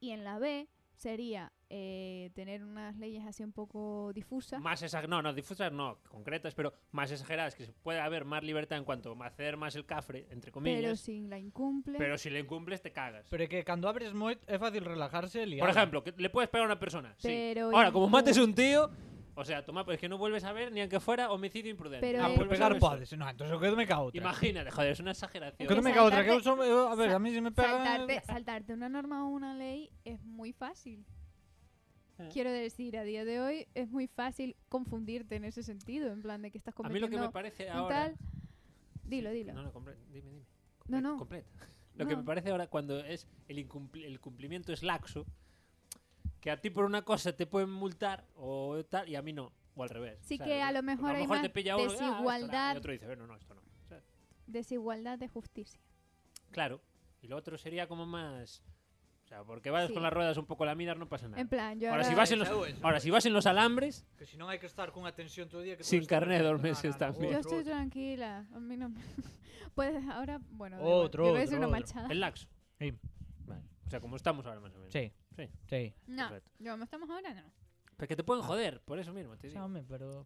B: Y en la B sería eh, tener unas leyes así un poco difusas.
A: Más exageradas, no, no, difusas no, concretas, pero más exageradas, que se puede haber más libertad en cuanto a hacer más el cafre, entre
B: Pero
A: comillas,
B: si la incumple.
A: pero, si le incumples te cagas.
C: Pero é que cando abres moito é fácil relajarse e liar.
A: Por ejemplo, que le puedes pegar a una persona. sí.
B: Pero
A: Ahora, como
B: incum-
A: mates un tío, o sea, toma, pues es que no vuelves a ver ni aunque fuera homicidio imprudente.
B: Pero
A: Ah,
B: él-
A: pues
B: Por
C: pegar
A: vuelves a ver
C: podes. No, entón eu quedo me ca
A: eso.
C: outra.
A: Imagínate, joder, es una
C: Eu
A: exageración.
B: que
C: quedo
B: no
C: me
B: me
C: ca outra, que
B: saltarte-
C: eu son, eu, a ver,
B: sa-
C: a mí se me pega.
B: Saltarte, saltarte una norma o una ley es muy fácil.
A: Ah.
B: Quiero decir, a día de hoy es muy fácil confundirte en ese sentido, en plan de que estás
A: A mí lo
B: cometiendo
A: que me parece
B: un
A: ahora.
B: tal. Dilo, dilo.
A: No, no, compre- dime, dime.
B: No,
A: Comple-
B: no.
A: completa. Lo que
B: No.
A: me parece ahora cuando es el, incumpli- el cumplimiento es laxo, que a ti por una cosa te pueden multar o tal y a mí no, o al revés.
B: Sí
A: ¿sabes?
B: que a lo
A: Porque
B: mejor hay más
A: te pilla uno, "Ah, esto no",
B: desigualdad.
A: y otro dice, bueno, no, esto no. ¿sabes?
B: Desigualdad de justicia.
A: Claro. Y lo otro sería como más o sea, porque vas
B: Sí.
A: con las ruedas un poco a la mirar no pasa nada.
B: En plan, yo
A: Ahora si
B: ahora-
A: vas en los
C: Esa, esa, esa.
A: ahora si vas en los alambres,
C: Que si non hai que estar cunha tensión todo o día que
A: Sin carné dos meses también.
B: Yo estoy tranquila, a mí no me... *laughs* Pues ahora, bueno, debo-
C: Otro,
B: debo decir
C: otro,
B: una
C: otro.
B: machada.
A: el laxo.
C: Sí.
A: Vale. O sea, como estamos ahora más o menos.
C: Sí.
A: Sí.
C: Sí.
B: No,
A: Perfecto.
B: yo no estamos ahora, no.
A: Porque te pueden joder, por eso mismo, te
C: Xa,
A: digo.
C: home, pero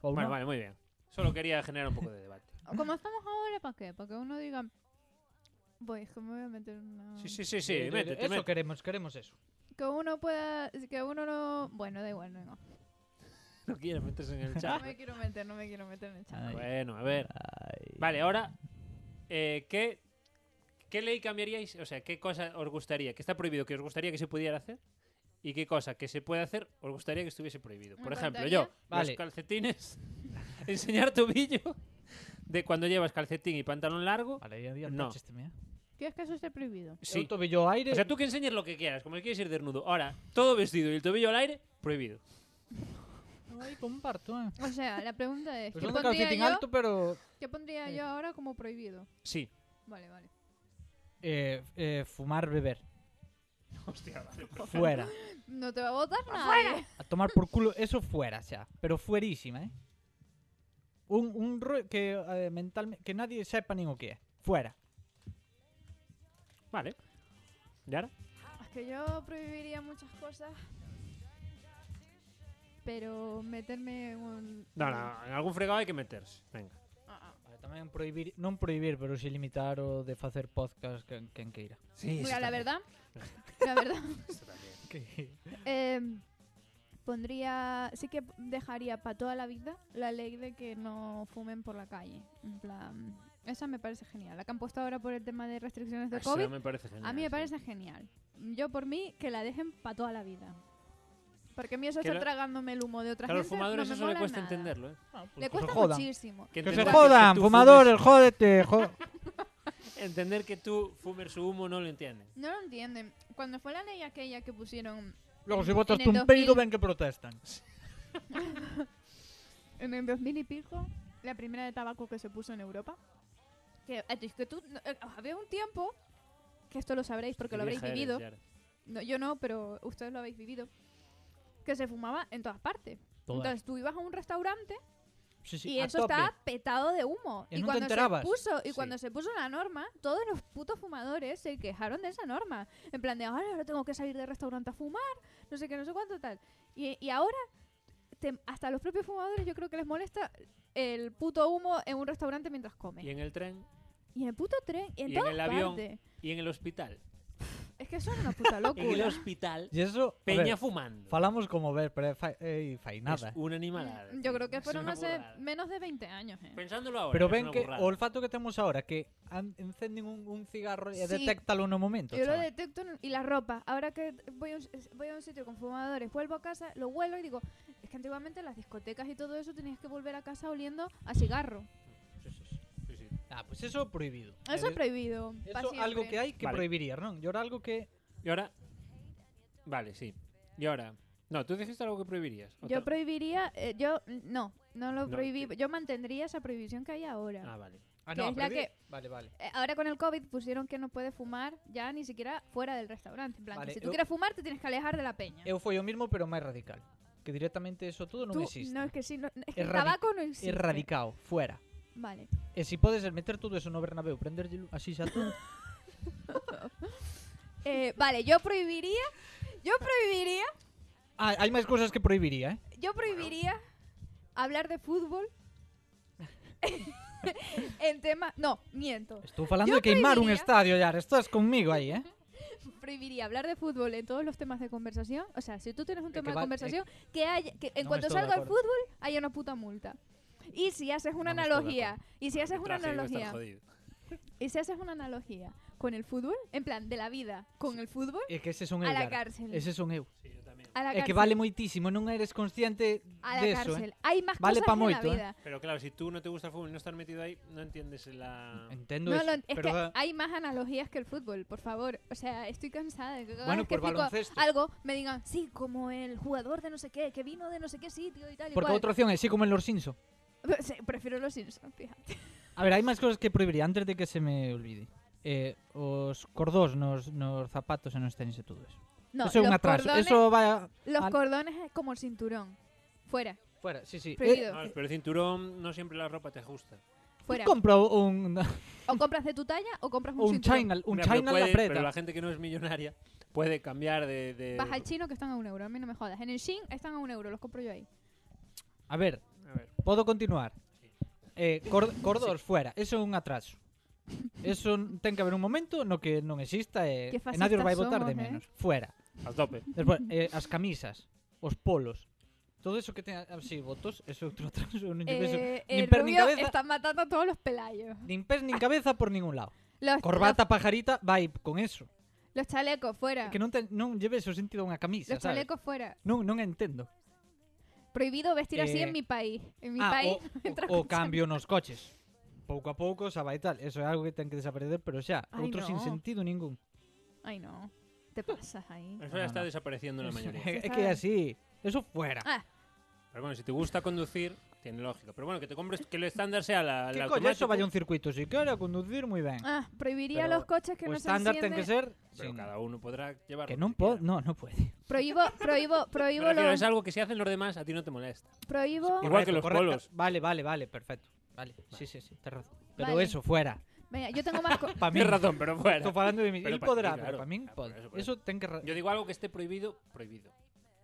C: Ou
A: Bueno,
C: non.
A: vale, muy bien. Solo quería generar un poco de debate.
B: Como estamos ahora, ¿para qué? Para que uno diga... Voy, es que me voy a meter en una...
A: Sí, sí, sí, sí,
C: Eh,
A: métete,
C: Eso
A: métete.
C: queremos, queremos eso.
B: Que uno pueda... Que uno no... Bueno, da igual, no, no.
A: *laughs* No quieres meterse
B: *laughs*
A: en el
B: No
A: chat.
B: me quiero meter, no me quiero meter en el chat.
C: Ay.
A: Bueno, a ver. Vale, ahora, eh, ¿qué, ¿qué ley cambiaríais? O sea, ¿qué cosa os gustaría? ¿Qué está prohibido? ¿Que os gustaría que se pudiera hacer? ¿Y qué cosa que se puede hacer os gustaría que estuviese prohibido?
B: Me
A: Por ejemplo,
B: encantaría.
A: yo,
C: Vale.
A: los calcetines, *laughs* enseñar tobillo de cuando llevas calcetín y pantalón largo.
C: Vale, ya día
A: No.
C: este mía.
B: ¿Quieres que eso esté prohibido?
C: Sí.
A: Sí.
C: Eu tobillo ao aire.
A: O sea, tú que enseñes lo que quieras, como que quieres ir desnudo. Ahora, todo vestido y el tobillo al aire, prohibido.
C: Ai, comparto, eh. Pues
B: O sea, la pregunta es...
C: Eu
B: ¿Qué
C: son de
B: pondría, yo,
C: calcetín alto, pero
B: ¿Qué pondría
C: Sí.
B: yo ahora como prohibido?
A: Sí.
B: Vale, vale.
C: eh, eh, fumar, beber.
A: Hostia, vale.
C: Fuera.
B: No te va a votar nadie.
C: A tomar por culo, eso fuera xa, pero fuerísima, eh. Un, un ro- que eh, mentalmente que nadie sepa nin o que é. Fuera.
A: Vale. ¿Y ahora?
B: Es que yo prohibiría muchas cosas. Pero meterme en un.
A: No, no, en algún fregado hay que meterse. Venga.
C: Tamén prohibir, non prohibir, pero si limitar o de facer podcast quen, quen queira.
A: Sí, eso
B: Mira, la
A: también.
B: verdad, la
A: *laughs*
B: verdad,
C: Que...
B: eh, pondría, sí que dejaría para toda la vida la ley de que no fumen por la calle. En plan, esa me parece genial. La que han puesto ahora por el tema de restricciones de
A: Eso
B: COVID,
A: me parece genial.
B: a mí me
A: sí.
B: parece genial. Yo por mí que la dejen para toda la vida. Porque a mí eso
A: Que
B: está
A: la-
B: tragándome el humo de otra
A: Claro, los
B: gente.
A: fumadores
B: no me
A: eso le
B: mola
A: cuesta
B: nada.
A: entenderlo, ¿eh?
B: Le
C: pues que se
B: cuesta
C: jodan.
B: muchísimo.
C: Que se
A: entender
C: jodan,
A: tú
C: fumadores, jódete. jo-
A: fumes- Entender que tú fumes su humo no lo entienden.
B: No lo entienden. Cuando fue la ley aquella que pusieron
C: Logo, se
B: En
C: botas
B: el
C: un
B: 2000.
C: peido, ven que protestan.
B: en el 2000 y pico, la primera de tabaco que se puso en Europa. Que, es que tú, no, eh, había un tiempo, que esto lo sabréis porque
A: Qué
B: lo habréis
A: vieja eres,
B: vivido.
A: Yara.
B: No, yo no, pero ustedes lo habéis vivido. Que se fumaba en todas partes.
C: Todas.
B: Entonces tú ibas a un restaurante
C: Sí, sí,
B: y
C: a
B: eso
C: tope.
B: estaba petado de humo.
C: Y
B: y
C: no te
B: cuando se
C: enterabas.
B: puso, y
C: Sí.
B: cuando se puso la norma, todos los putos fumadores se quejaron de esa norma. En plan de ahora ahora tengo que salir del restaurante a fumar, no sé qué, no sé cuánto tal. Y, y ahora te- hasta a los propios fumadores yo creo que les molesta el puto humo en un restaurante mientras comen.
A: Y
B: Y,
A: en el tren,
B: en el puto tren, y en
A: y en
B: todas
A: el avión.
B: partes.
A: y en el hospital.
B: Es que son una puta
A: En el *laughs*
B: locura.
A: hospital,
C: E eso, a
A: Peña
C: ver,
A: fumando.
C: falamos como ver, pero é fai, é fai nada. ¿eh?
A: Es una animalada.
B: yo
A: tío.
B: creo que
A: Es
B: fueron
A: una
B: hace
A: burrada.
B: menos de 20 años. eh.
A: Pensándolo ahora.
C: Pero
A: es
C: ven
A: una
C: que
A: burrada.
C: o olfato que temos ahora que an- encenden un, un cigarro
B: Sí.
C: e detectalo no momento,
B: Yo lo
C: chaval.
B: detecto en- y la ropa. Ahora que voy a, un, voy a un sitio con fumadores, vuelvo a casa, lo huelo y digo, es que antiguamente en las discotecas y todo eso tenías que volver a casa oliendo a cigarro.
C: Sí, sí, sí.
A: Sí, sí.
C: Ah, pues eso é prohibido.
B: Eso
C: Eh,
B: es prohibido. pa
C: Eso algo
B: siempre.
C: que hai que
A: Vale.
C: prohibirías, non? E ahora algo que
A: Y ahora. Vale, sí. Y ahora. No, tú dijiste algo que prohibirías. ¿O
B: Yo
A: tal?
B: prohibibiría, eh, yo no, no lo
A: No,
B: prohibí,
A: que-
B: yo mantendría esa prohibición que hay ahora.
A: Ah, vale.
C: Ah,
B: Que
C: no,
B: es la
C: prohibir. Vale, vale.
B: Eh, Ahora con el COVID pusieron que no puede fumar ya ni siquiera fuera del restaurante. En plan, que
C: Vale,
B: si tú
C: eu-
B: quieres fumar te tienes que alejar de la peña.
C: Eu foi o mismo, pero máis radical. Que directamente eso todo non
B: Tú-
C: existe.
B: no, es que, sí, no- es que el
C: Erradi-
B: tabaco no existe.
C: Erradicado, fuera.
B: Vale.
C: E se podes meter todo eso no Bernabéu, prenderlle lu- así xa todo.
B: Eh, vale, yo prohibiría, yo prohibiría
C: ah, hai máis cousas que prohibiría, eh?
B: Yo prohibiría hablar de fútbol *laughs* en tema. No, miento.
C: Estou falando
B: Yo
C: de queimar un
B: prohibiría-
C: estadio, Yar. Estás conmigo aí, eh?
B: Prohibiría hablar de fútbol en todos los temas de conversación. O sea, si tú tienes un
C: que
B: tema de
C: va-
B: conversación, que, haya- que en
C: No
B: cuanto
C: estoy de
B: salga el
C: acuerdo.
B: fútbol, haya una puta multa. Y si haces una
A: No estoy de
B: analogía, y
C: Ah,
B: si haces una
A: Arbitraje iba a estar
B: analogía,
A: jodido.
B: y si haces una analogía con el fútbol, en plan de la vida con el fútbol,
C: É que ese son eu,
B: a la
C: Yara.
B: cárcel.
C: Ese son eu.
A: Sí, yo también.
B: A la
C: É
B: cárcel.
C: que vale moitísimo, non eres consciente
B: a la
C: deso,
B: cárcel.
C: eh?
B: Hay más
C: Vale
B: cosas en
C: pa
B: la
C: moito, eh.
B: vida.
A: Pero claro, si tú no te gusta el fútbol y no estás metido ahí, no entiendes la.
C: eh? Entendo
B: No,
C: eso,
B: lo ent- es
C: pero
B: que
C: da-
B: hay más analogías que el fútbol, por favor. O sea, estoy cansada de que cada
C: Bueno,
B: vez que
C: por
B: explico
C: baloncesto.
B: algo me digan, sí, como el jugador de no sé qué, que vino de no sé qué sitio y tal. y
C: porque
B: cual".
C: outra opción é así como en Los Simpson.
B: *laughs* Sí, prefiero los Simpsons, fíjate.
C: A ver, hai máis cousas que prohibiría antes de que se me olvide. Eh, os cordós nos, nos zapatos e nos tenis e todo eso.
B: No,
C: eso é un
B: los
C: atraso.
B: cordones,
C: Eso va...
B: los
C: al-
B: cordones es como el cinturón. Fuera,
C: Fuera, sí, sí. Eh,
B: prohibido,
A: No, pero el cinturón no siempre la ropa te ajusta.
B: fuera.
C: compra un,
B: O compras de tu talla o compras un,
C: un
B: cinturón.
C: China, un
A: Mira, pero
C: China
A: puede-
C: la
A: Pero
C: preta.
A: la gente que no es millonaria puede cambiar de. de-
B: Vas al chino que están a un euro, a mí no me jodas. En el Shin están a un euro, los compro yo ahí.
C: A ver,
A: A ver.
C: podo continuar. Eh, cor cordós fuera, eso é un atraso. Eso n- ten que haber un momento no que non exista e,
B: Que
C: e nadie os vai
B: fascistas
C: votar de
B: somos, eh.
C: menos. Fuera.
A: Al tope.
C: Despois, eh, as camisas, os polos, todo eso que ten así votos, eso é outro atraso, eu non lle vexo
B: Eh, el
C: nin pés nin
B: rubio Ah.
C: cabeza.
B: están matando a todos los pelayos.
C: nin pés nin cabeza por ningún lado.
B: Los,
C: Corbata pajarita vai con eso.
B: los- los chalecos,
C: É
B: fuera.
C: Que non ten, non lle vexo sentido a unha camisa,
B: Los
C: sabes?
B: chalecos fuera.
C: Non, non entendo.
B: Prohibido vestir así
C: Eh,
B: en mi país. En mi
C: Ah,
B: país *laughs*
C: o-
B: no entra
C: o, o
B: con chale-
C: cambio nos coches. Pouco a pouco xa vai tal. Eso é algo que ten que desaparecer, pero xa,
B: Ai,
C: outro
B: no.
C: sin sentido ningún.
B: *laughs* Ay, no. Te pasas ahí.
A: Eso
C: No,
A: ya
C: no,
A: está
C: no.
A: desapareciendo
C: *laughs*
A: en la mayoría.
C: É
B: Está
C: que é
B: ben.
C: así. Eso fuera.
B: Ah,
A: Pero bueno, si te gusta conducir, tiene lógica. Pero bueno, que te compres. Que el estándar sea la.
C: que
A: la
C: coño, eso
A: automático,
C: vai a un circuito. Si quere conducir, moi ben.
B: ah, prohibiría
C: Pero
B: los coches que
C: o
B: no se
C: estándar ten que
B: encienden.
C: ser...
A: Pero
C: sin-
A: cada uno podrá llevar.
C: Que
A: lo
C: non pode...
A: quiera.
C: No, non
B: *laughs*
C: pode.
B: Prohíbo,
C: *laughs*
B: prohíbo,
A: Me
B: prohíbo
A: refiero,
B: los,
A: es algo que si hacen los demás, a ti no te molesta.
B: prohíbo.
A: Igual que los polos.
C: Vale, vale, vale, perfecto. Vale, sí, sí, sí, te razón. Pero
B: Vale.
C: eso, fuera.
B: Venga, yo tengo
C: *laughs*
B: más. co-
C: Pa min.
A: Tienes razón, pero bueno.
C: Estou falando de mi...
A: Pero pa ti,
C: Pero podrá,
A: claro.
C: pero pa min
A: Ah, por
C: pode.
A: eso, por
C: Eso ten que... ra-
A: Yo digo algo que esté prohibido, prohibido.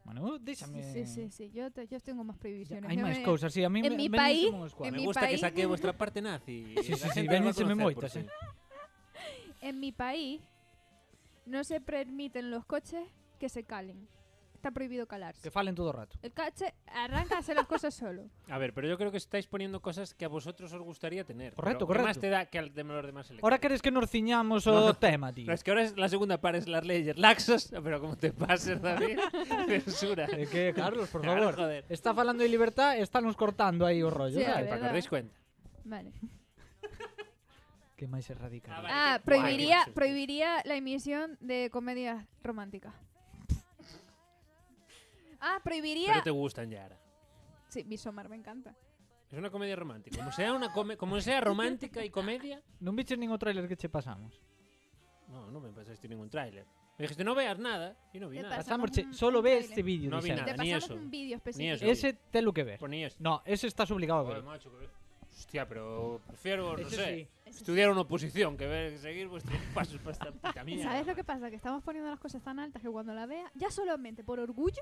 C: Manu,
B: Sí,
C: déxame...
B: sí, sí, sí, Yo, te- yo tengo más prohibiciones.
C: Hai
B: Yo
C: máis
B: me-
C: cousas, sí, a mí
B: en
C: me-
B: mi
C: véñense
B: país-
C: unhas
B: en
C: cuantas.
A: Me
B: mi
A: gusta que
B: país-
A: saque vuestra parte
C: *laughs*
A: nazi.
C: Sí, sí, sí,
A: ven
C: véñenseme moitas, eh.
B: En mi país no se permiten los coches que se calen. Está prohibido calarse.
C: Que falen todo o rato.
B: El coche arranca a hacer las cosas solo.
A: A ver, pero yo creo que estáis poniendo cosas que a vosotros os gustaría tener.
C: Correcto,
A: Pero,
C: correcto.
A: ¿Qué más te da que al de los demás se le
C: Ahora
A: quede?
C: queres que nos ciñamos
A: No,
C: o
A: no.
C: tema, tío.
A: No, es que ahora es la segunda par es las leyes laxas, pero como te pases,
B: *laughs*
A: David, censura.
C: É Eh, que, Carlos, por
A: Claro,
C: favor.
A: joder.
C: Está falando de libertad, estános cortando aí o rollo.
B: Sí, a
C: sabes?
B: ver.
A: Para que os deis cuenta.
B: Vale.
C: Que máis é radical.
A: Ah, vale.
B: Ah,
A: qué guay.
B: prohibiría, prohibiría la emisión de comedias románticas. Ah, prohibiría.
A: Pero te gustan ya ahora.
B: Sí, Bisomar me encanta.
A: Es una comedia romántica. Como sea, una come- como sea romántica y comedia,
C: Non viches nin o trailer que che pasamos.
A: no, no me pasaste ningún tráiler. Me dijiste, no veas nada, y no vi
B: Te
A: nada.
B: pasa-
C: Pasamos, che,
B: un-
C: solo
B: un
C: ve
B: tráiler.
C: este vídeo.
A: No vi
C: dixemos.
A: nada,
B: Te
A: ni
B: pasamos
A: eso.
B: un vídeo
A: Ni
B: específico.
A: eso.
C: Ese te lo que ver.
A: Ponías.
C: No, ese estás obligado a
A: Joder,
C: ver.
A: macho, que- Hostia, pero prefiero, no
C: Ese
A: sé,
C: sí.
B: Ese sí.
A: estudiar una oposición que ver, seguir vuestros pasos para esta puta mierda.
B: ¿Sabes lo que pasa? Que estamos poniendo las cosas tan altas que cuando la vea, ya solamente por orgullo,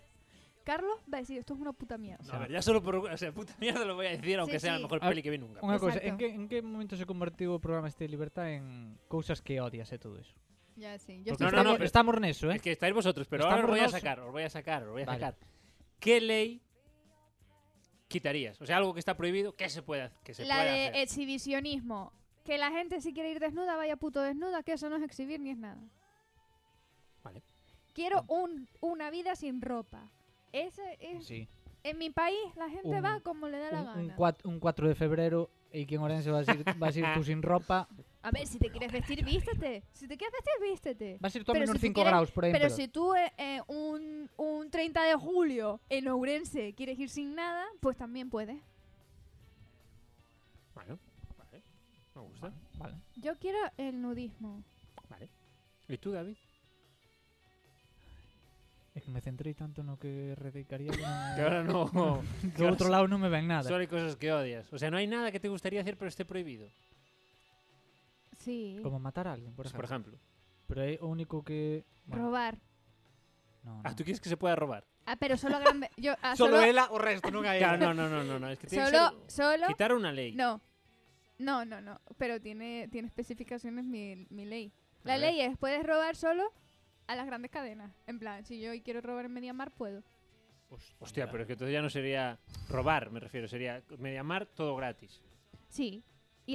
B: Carlos va a decir esto es una puta mierda.
A: No, a ver, ya solo por... O sea, puta mierda lo voy a decir, aunque sea la
B: sí.
A: mejor
C: A-
A: peli que vi nunca.
C: Unha cousa,
B: Exacto.
C: en que, en que momento se convertiu o programa este de libertad en cousas que odias e todo eso?
B: Ya sí.
A: Yo
B: Yo
A: Porque estoy-
B: estoy
A: no, no,
C: estamos,
A: pero-
C: estamos neso, eh?
A: Es que estáis vosotros, pero ahora os
C: Estamos
A: voy a
C: nos-
A: sacar, os voy a sacar, os voy a
C: Vale.
A: sacar. ¿Qué ley quitarías? O sea, algo que está prohibido, ¿qué se puede, ha- que se
B: La
A: puede
B: de
A: hacer?
B: exhibicionismo. Que la gente si quiere ir desnuda vaya puto desnuda, que eso no es exhibir ni es nada.
A: Vale.
B: Quiero un, una vida sin ropa. Ese es,
C: Sí.
B: En mi país la gente
C: Un-
B: va como le da la
C: Un,
B: gana.
C: un, cuat- un 4 de febrero e que en Orense vas ir, vas ir
A: *laughs*
C: tú sin ropa.
B: A ver, si te quieres vestir, vístete. Si te quieres vestir, vístete.
C: Vas ir tú a
B: Pero
C: menos
B: si tú
C: 5
B: quieres-
C: graus por aí. en
B: Pero
C: pelota.
B: si tú eh, eh, un, un 30 de julio en Ourense quieres ir sin nada, pues también puedes.
A: Bueno, vale. Me gusta.
C: Vale.
B: Yo quiero el nudismo.
A: ¿Y tú, David?
C: É que me centrei tanto no que
A: *laughs*
C: radicaría que
A: Que
C: non-
A: ahora
C: *laughs*
A: no...
C: do outro lado non me ven nada.
A: Solo hay cosas que odias. O sea, no hay nada que te gustaría hacer pero esté prohibido.
B: Sí.
C: Como matar a alguén, por
A: Pues, Por,
C: exemplo.
A: ejemplo.
C: Pero é o único que... Bueno,
B: Robar.
C: no, no.
A: Ah, ¿tú quieres que se pueda
C: *laughs*
A: robar?
B: Ah, pero solo a gran ve- yo, ah,
E: Solo
B: solo,
E: ela, o resto, non hai.
A: Claro, no, no, no, no, no. Es que tiene que
B: solo,
A: ser-
B: solo-
A: Quitar una ley.
B: no. No, no, no. Pero tiene, tiene especificaciones mi, mi ley.
A: A
B: La
A: ver.
B: ley es, puedes robar solo a las grandes cadenas. En plan, si yo hoy quiero robar en Mediamar, puedo.
A: Hostia, pero es que entonces ya no sería robar, me refiero. Sería Mediamar todo gratis.
B: Sí. Y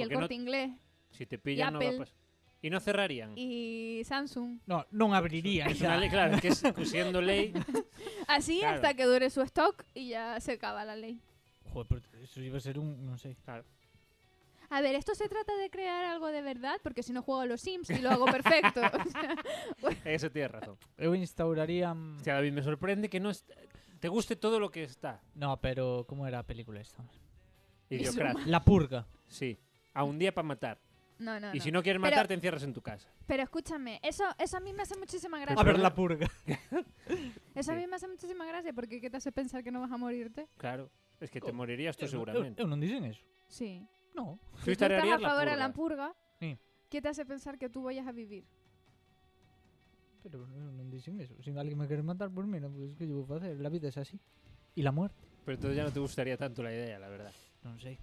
A: Porque
B: el
A: no-
B: corte inglés,
A: Si te pillan, no va a
B: Apple.
A: pasar. Y no cerrarían.
B: y Samsung.
C: No, non abriría
A: Es una
C: xa.
A: ley, claro, es que
B: *laughs*
A: es siendo ley.
B: Así
A: Claro.
B: hasta que dure su stock y ya se acaba la ley.
C: Joder, pero eso iba a ser un... non sei.
B: A ver, esto se trata de crear algo de verdad, porque si no juego a los Sims y lo hago
A: *laughs*
B: perfecto. *laughs* O sea,
A: Eso tienes razón.
C: Eu instauraría... mm,
A: Hostia, David, me sorprende que no est- te guste todo lo que está.
C: No, pero como era a película esta?
A: Idiocracia.
C: La purga.
A: Sí. A un día para matar.
B: no, no,
A: y
B: no.
A: si no quieres
B: Pero-
A: matar, te encierras en tu casa.
B: Pero escúchame, eso, eso a mí me hace muchísima gracia.
C: A ver, la purga.
B: Eso a
A: Sí.
B: mí me hace muchísima gracia porque ¿qué te hace pensar que no vas a morirte?
A: Claro. Es que te
B: Oh.
C: Co-
A: morirías tú
C: Eu-
A: seguramente.
C: Eu, eu non dicen eso.
B: Sí.
C: No.
A: Tú
B: Si tú estás a
A: instaurarías la
B: favor a
A: purga.
B: la purga,
C: Sí.
B: ¿qué te hace pensar que tú vayas a vivir?
C: Pero eu non dicen eso. Se alguén me quere matar, pues mira, pues que yo vou facer? La vida es así. E la muerte?
A: Pero entonces ya no te gustaría tanto la idea, la verdad.
C: Non sei.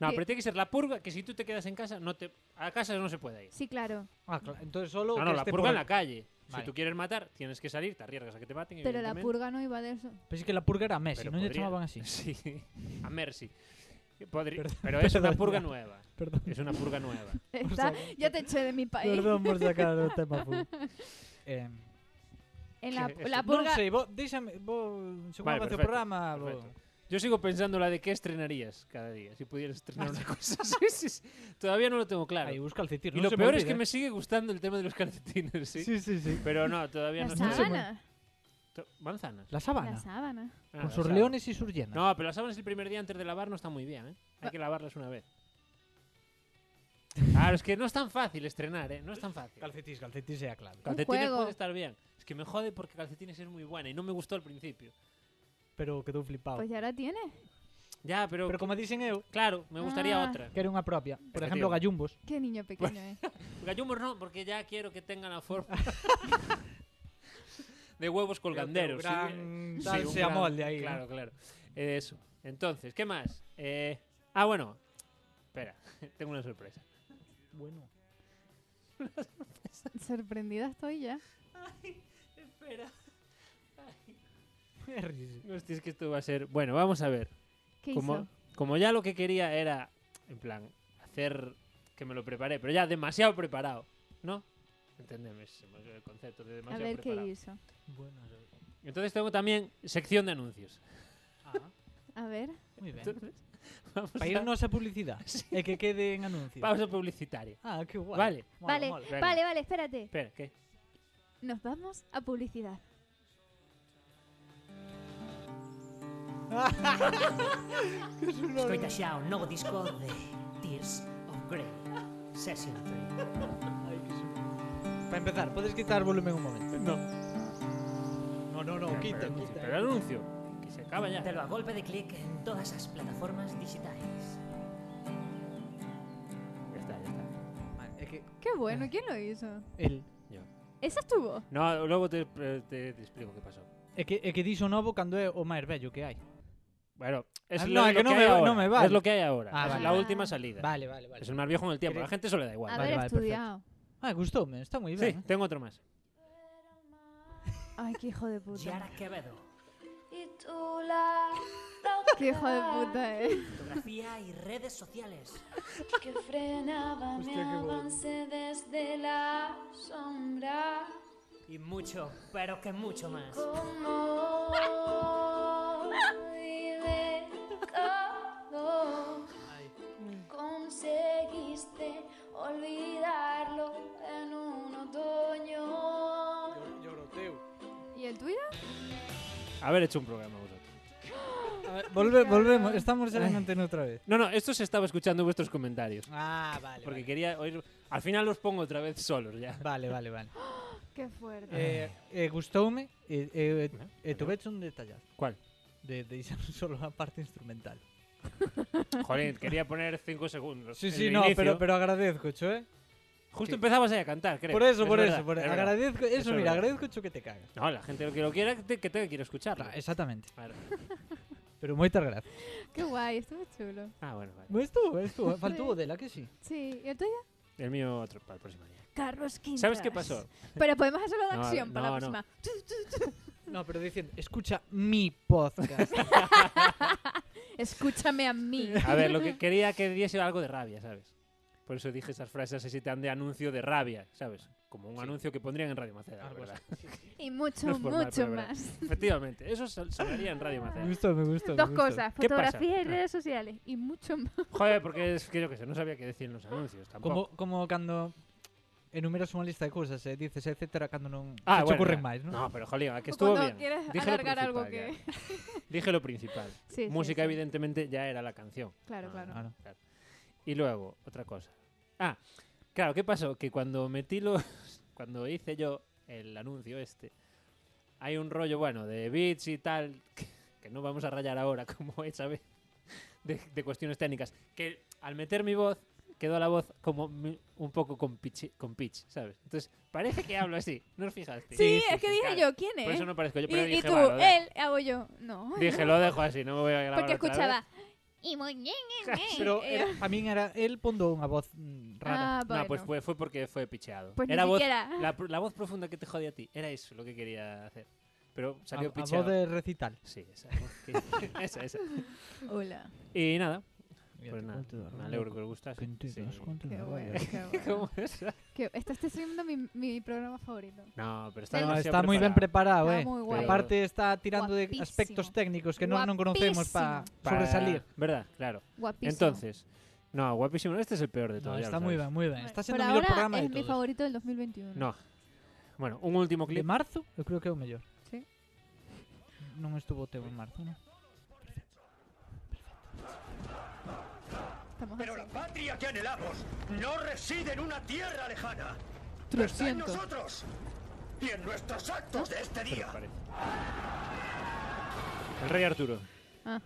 A: No,
B: Que-
A: pero tiene que ser la purga que si tú te quedas en casa, no te... a casa no se puede ir.
B: Sí, claro.
C: Ah, claro. Entonces solo...
A: No,
C: que
A: no, la
C: esté
A: purga
C: por-
A: en la calle. Si
C: Vale.
A: tú quieres matar, tienes que salir, te arriesgas a que te maten.
B: Pero la
A: evidentemente.
B: purga no iba de eso.
C: Pero es que la purga era Messi,
A: Pero
C: non lle
A: podría.
C: chamaban
A: *laughs*
C: así.
A: Sí, a
C: *laughs*
A: Mercy. Que podri-
C: Perdón,
A: pero es una
C: perdón,
A: purga
C: ya.
A: nueva.
C: Perdón.
A: Es una purga nueva.
B: Está- ya te eché de mi país.
C: Perdón por sacar o tema
B: *laughs*
C: fu. Eh,
B: En la,
A: ¿Qué es
B: la
A: eso?
B: purga...
C: Non sei, vos, déxame, vos, según
A: Vale,
C: avance o
A: perfecto,
C: programa, vos.
A: perfecto. Yo sigo pensando la de qué estrenarías cada día. Si pudieras estrenar una cosa. Ah, *laughs* Sí, sí, sí. Todavía no lo tengo claro.
C: Aí,
A: Y
C: busca el citir,
A: lo peor es que me sigue gustando el tema de los calcetines, sí.
C: Sí, sí, sí.
A: Pero no, todavía no.
B: La sábana.
A: To- ¿Manzanas?
C: La
B: La
C: sabana,
B: sábana.
A: Ah, la
C: con sus
A: sábana.
C: leones y sus llenas.
A: No, pero las sábanas el primer día antes de lavar no está muy bien, ¿eh?
B: Ah.
A: Hay que lavarlas una vez. Claro, es que no es tan fácil estrenar, ¿eh? No es tan fácil.
C: Calcetís, calcetís é a clave.
A: Calcetines
B: juego.
A: puede estar bien. Es que me jode porque Calcetines es muy buena y no me gustó al principio.
C: Pero quedou flipado.
B: Pues ya la tienes.
A: Ya, pero,
C: Pero como dicen eu,
A: claro, me gustaría
B: Ah.
A: otra.
C: quero unha propia. Por
A: Efectivo.
C: exemplo, gallumbos.
B: Qué niño pequeño es.
A: Gallumbos no, porque ya quiero que tengan la forma. *laughs* de huevos
C: Creo que
A: colganderos. Sí,
C: Gran,
A: sí,
C: tal,
A: un
C: se
A: gran-
C: amolde ahí. ¿no?
A: Claro, claro. Eso. Entonces, ¿qué más? Eh, ah, bueno. Espera, *laughs* tengo una sorpresa.
C: Bueno. *laughs*
B: eh. *laughs* Sorprendida estoy ya.
A: Espera.
C: Qué risa.
A: Hostia, es que esto va a ser. Bueno, vamos a ver.
B: ¿Qué
A: como,
B: hizo?
A: como ya lo que quería era, en plan, hacer que me lo preparé, pero ya demasiado preparado, ¿no? Entendeme ese el concepto de
B: A
A: demasiado
B: ver
A: preparado.
B: qué hizo.
C: Bueno, a ver.
A: Entonces tengo también sección de anuncios. *laughs*
C: Ah,
B: A ver.
C: muy bien.
A: Entonces, vamos
C: Para
A: a
C: irnos a
A: *laughs*
C: publicidad. El que quede en anuncios.
A: pausa publicitaria.
C: Ah, qué guay.
A: Vale.
C: Mola,
B: vale,
C: mola.
A: venga.
B: vale, vale, espérate.
A: Espera, ¿qué?
B: Nos vamos a publicidad.
G: Escoita xa o novo disco de Tears of Grey, Session 3.
C: Ay, qué su- Para empezar, ¿puedes quitar volumen un momento?
A: No,
C: No, no, no, quita,
A: pero,
C: quita.
A: pero anuncio, que se acaba ya.
G: Telo a golpe de clic en todas as plataformas digitais.
A: Ya está, ya está.
C: Vale, es que
B: Qué bueno, ¿quién lo hizo? Eh.
C: el
B: Esa estuvo.
A: No, luego te, te- te explico qué pasó.
C: É que, é que dixo novo cando é o máis bello que hai.
A: Bueno, es
C: Ah,
A: lo,
C: no,
A: lo
C: que
A: que,
C: no
A: hay
C: me-
A: ahora.
C: no me vale.
A: Es lo que hay ahora.
C: Ah,
A: es
C: vale.
A: la última salida.
C: Vale, vale, vale.
A: Es el más viejo en el tiempo. A
C: Creo-
A: la gente se le da igual.
B: Haber
C: vale, perfecto.
B: estudiado.
C: Ah, gustoume, está moi
A: Sí,
C: ben. eh.
A: tengo otro más.
B: Ay, qué hijo de puta.
G: Yara Quevedo,
B: qué hijo de puta, eh.
G: fotografía y redes sociales.
H: que frenaba mi avance desde la sombra.
G: Y mucho, pero que mucho más.
H: Como vive todo. Conseguiste olvidarlo en un otoño.
E: Lloroteo.
B: ¿Y el tuyo?
A: Haber hecho un programa vosotros.
C: A ver, Ah, Volve, volvemos, estamos xa en antena outra vez.
A: No, no, esto se estaba escuchando vuestros comentarios.
C: Ah, vale,
A: Porque
C: vale.
A: quería oír. Al final los pongo otra vez solos
C: *laughs*
A: ya.
C: Vale, vale, vale.
B: Qué fuerte.
C: Eh, eh, gustoume e, e,
A: Eh,
C: e tuveche un detallazo
A: ¿Cuál?
C: de deixar solo a parte instrumental.
A: Joder, quería poner 5 segundos.
C: Sí,
A: en
C: sí,
A: el
C: no,
A: inicio.
C: pero, pero agradezco, cho, eh?
A: Justo
C: sí.
A: empezabas ahí a cantar, creo.
C: Por eso,
A: Es
C: por
A: verdad,
C: eso, por
A: es
C: eso.
A: verdad. Eso
C: Agradezco, eso,
A: es
C: mira,
A: verdad.
C: agradezco cho que te cagas.
A: No, la gente que lo quiera, que te- que tenga que ir a escucharlo.
C: Ah, Exactamente.
A: Claro.
C: Pero moitas gracias.
B: Qué guay, estuvo chulo.
A: Ah, bueno, vale.
C: Mas Pues estuvo, estuvo. Faltou o dela que sí.
B: Sí, ¿y el tuyo?
A: El mío otro para el próximo día.
B: Carlos Quintas.
A: ¿Sabes qué pasó?
B: Pero podemos hacerlo de
A: No,
B: acción para la
A: no, no.
B: próxima.
C: No, pero diciendo, escucha mi podcast. *laughs*
B: Escúchame *laughs* a mí.
A: A ver, lo que quería que diese algo de rabia, ¿sabes? Por eso dije esas frases así tan de anuncio de rabia, ¿sabes? Como un anuncio que pondrían en Radio Maceda, la
C: Algo
A: ¿verdad?
B: Y mucho,
A: No es formal,
B: mucho
A: pero verdad. *laughs*
B: más.
A: Efectivamente, eso sal- sonaría en Radio
C: me
A: Maceda.
C: *laughs* gustó, me gustó.
B: Dos cosas,
A: ¿Qué pasa?
B: fotografía y redes sociales. Y mucho más.
A: Joder, porque es que yo que sé, no sabía qué decir en los anuncios tampoco.
C: Como, como cando enumeras unha lista de cousas e dices etcétera cando non
A: Ah, bueno,
C: se che ocurren
A: ya.
C: máis, non?
A: No, pero jolín, que
B: O
A: estuvo
B: cuando
A: bien.
B: quieres
A: Dije lo
B: alargar algo
A: principal, ya. Dije lo principal.
B: *laughs* Sí, sí,
A: Música,
B: sí.
A: evidentemente, ya era la canción.
B: Claro, claro.
C: Claro.
A: Y luego, otra cosa. Ah, claro, ¿qué pasó? Que cuando metí los. *laughs* Cuando hice yo el anuncio este, hay un rollo, bueno, de bits y tal, que, que no vamos a rayar ahora, *laughs* como esa vez, de, de cuestiones técnicas. Que al meter mi voz, quedó la voz como mi- un poco con pitch, con pitch, ¿sabes? Entonces, parece que hablo así, ¿no os fijaste?
B: Sí, es que dije
A: claro.
B: yo, ¿quién es?
A: Por eso no parezco yo,
B: y,
A: pero
B: y
A: dije, ¿eh?".
B: tú,
A: "Va, lo de-
B: él, hago yo. No.
A: dije, lo dejo así, no me voy a grabar
B: Porque
A: otra vez".
B: escuchaba. Y muy bien, bien, bien".
C: Pero
B: Eh,
C: era- a min era el pondo unha voz mm,
B: Ah,
C: rara.
B: bueno.
A: No, pues fue, fue porque fue picheado.
B: Pues ni
A: era voz, *laughs*
B: siquiera.
A: la, pr- la voz profunda que te jode a ti. Era eso lo que quería hacer. Pero
C: a,
A: salió
C: a
A: picheado.
C: voz de recital.
A: Sí, esa, voz que- esa, *laughs* esa.
B: Hola.
A: Y nada,
C: Mira,
A: pues
C: te
A: nada.
C: cuento,
A: Me
C: Ramiro,
A: alegro que os gustase.
C: que te
A: Sí.
C: das cuenta de
B: Qué
C: la
B: bueno,
C: valla.
B: *laughs* qué bueno.
A: *laughs* ¿Cómo es?
B: Que esta está siendo este mi, mi programa favorito.
A: No, pero está,
B: No,
C: No,
A: demasiado
C: está moi ben preparado,
B: Está
C: eh.
B: moi
A: guai.
C: Aparte está tirando de
B: Guapísimo.
C: aspectos técnicos que non non conocemos para
B: Guapísimo.
A: Pa-
C: sobresalir.
A: ¿Verdad? Claro.
B: Guapísimo.
A: Entonces, no, guapísimo. Este es el peor de
C: No,
A: todos. ya
C: está
A: lo
C: moi ben,
A: sabes.
C: moi ben.
B: Bueno,
C: Está sendo
B: por
C: o mellor
B: ahora
C: programa
B: es
C: de
B: mi
C: todos.
B: favorito del 2021.
A: No. Bueno, un último
C: De
A: clip.
C: marzo, eu creo que é o mellor.
B: Sí.
C: Non estuvo teu en marzo, non?
B: Estamos
D: Pero la patria que anhelamos no reside en una tierra lejana. Está en
B: 300.
D: nosotros y en nuestros actos de este
A: Pero
D: día.
A: parece. El rey Arturo.
B: Ah,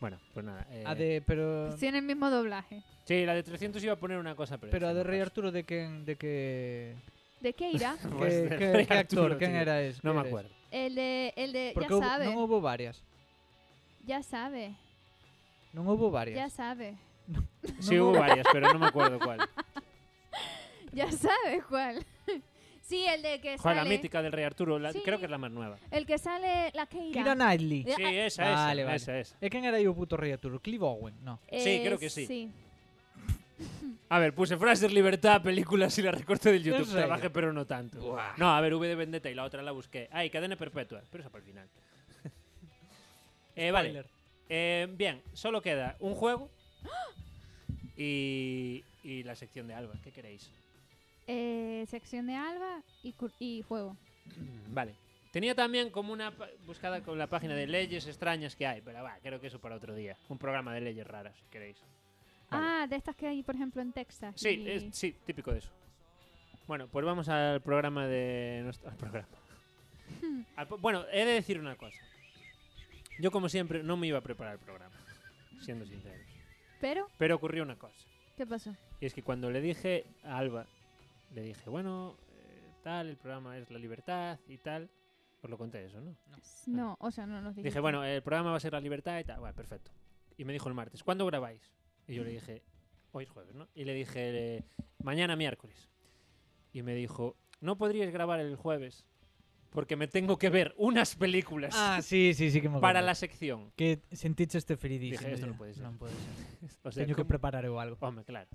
A: Bueno, pues nada. eh,
C: A Ah, de, pero...
B: sí, en el mismo doblaje.
A: Sí, la de 300 iba a poner una cosa, pero...
C: Pero a
A: dije,
C: de
A: no
C: Rei
A: pasa.
C: Arturo de que de que
B: ¿De qué
A: *laughs*
B: irá?
A: Pues
C: ¿Qué,
A: de
C: qué-
A: Rey
C: qué actor?
A: Arturo,
C: ¿Quién
A: tío.
C: era ese?
A: No me
C: ¿Quién eres?
A: acuerdo.
B: El de, el de
C: Porque
B: ya
C: hubo-
B: sabe,
C: non hubo varias.
B: ya sabe,
C: Non hubo varias.
B: ya sabe,
A: Sí, hubo varias, pero no me acuerdo
C: *laughs*
A: cuál.
B: ya sabe cuál. *laughs* sí, el de que
A: Joder, la
B: sale,
A: mítica del Rey Arturo, la-
B: Sí.
A: creo que es la más nueva.
B: el que sale la que irá.
C: Kira Knightley.
B: Ya,
A: Sí,
B: ah,
A: esa, esa,
C: Vale, vale.
A: esa, esa.
C: E quen era aí o puto rei Arturo? Clive Owen, no.
A: Sí,
B: eh,
A: creo que sí.
B: sí.
A: A ver, puse frases libertad, películas y la recorté del YouTube.
C: sé.
A: Trabajé, pero no tanto. No, a ver, V de Vendetta y la otra la busqué. Ay, cadena perpetua, pero esa para el
C: *laughs*
A: final. Eh, vale.
C: Spoiler.
A: Eh, bien, solo queda un
B: *gasps*
A: juego y, y la sección de Alba. ¿Qué queréis?
B: Eh, sección de Alba y, cur- y juego.
C: Mm.
A: Vale. Tenía también como una pa- buscada con la página de leyes extrañas que hay, pero va, creo que eso para otro día. Un programa de leyes raras, si queréis. Vale.
B: Ah, de estas que hay, por ejemplo, en Texas.
A: Sí,
B: y-
A: es, sí, típico de eso. Bueno, pues vamos al programa de nuestro al programa. Al po- bueno, he de decir una cosa. Yo como siempre no me iba a preparar el programa, siendo sincero.
B: Pero,
A: Pero ocurrió una cosa.
B: ¿qué pasó?
A: Y es que cuando le dije a Alba, le dije, bueno, eh, tal, el programa es la libertad y tal. Os lo conté eso, ¿no?
B: No, o sea, no nos dijiste.
A: Dije, bueno, el programa va a ser la libertad y tal. Bueno, perfecto. Y me dijo el martes, ¿cuándo grabáis? Y yo le dije, hoy es jueves, ¿no? Y le dije, eh, mañana miércoles. Y me dijo, no podríais grabar el jueves porque me tengo que ver unas películas
C: Ah, sí, sí, sí que me
A: para
C: acuerdo.
A: la sección.
C: que sentiche este feridísimo.
A: Dije, esto
C: ya.
A: no puede ser.
C: Non pode ser.
A: *laughs* O sea,
C: Teño que
A: ¿cómo?
C: preparar eu algo.
A: Hombre, claro.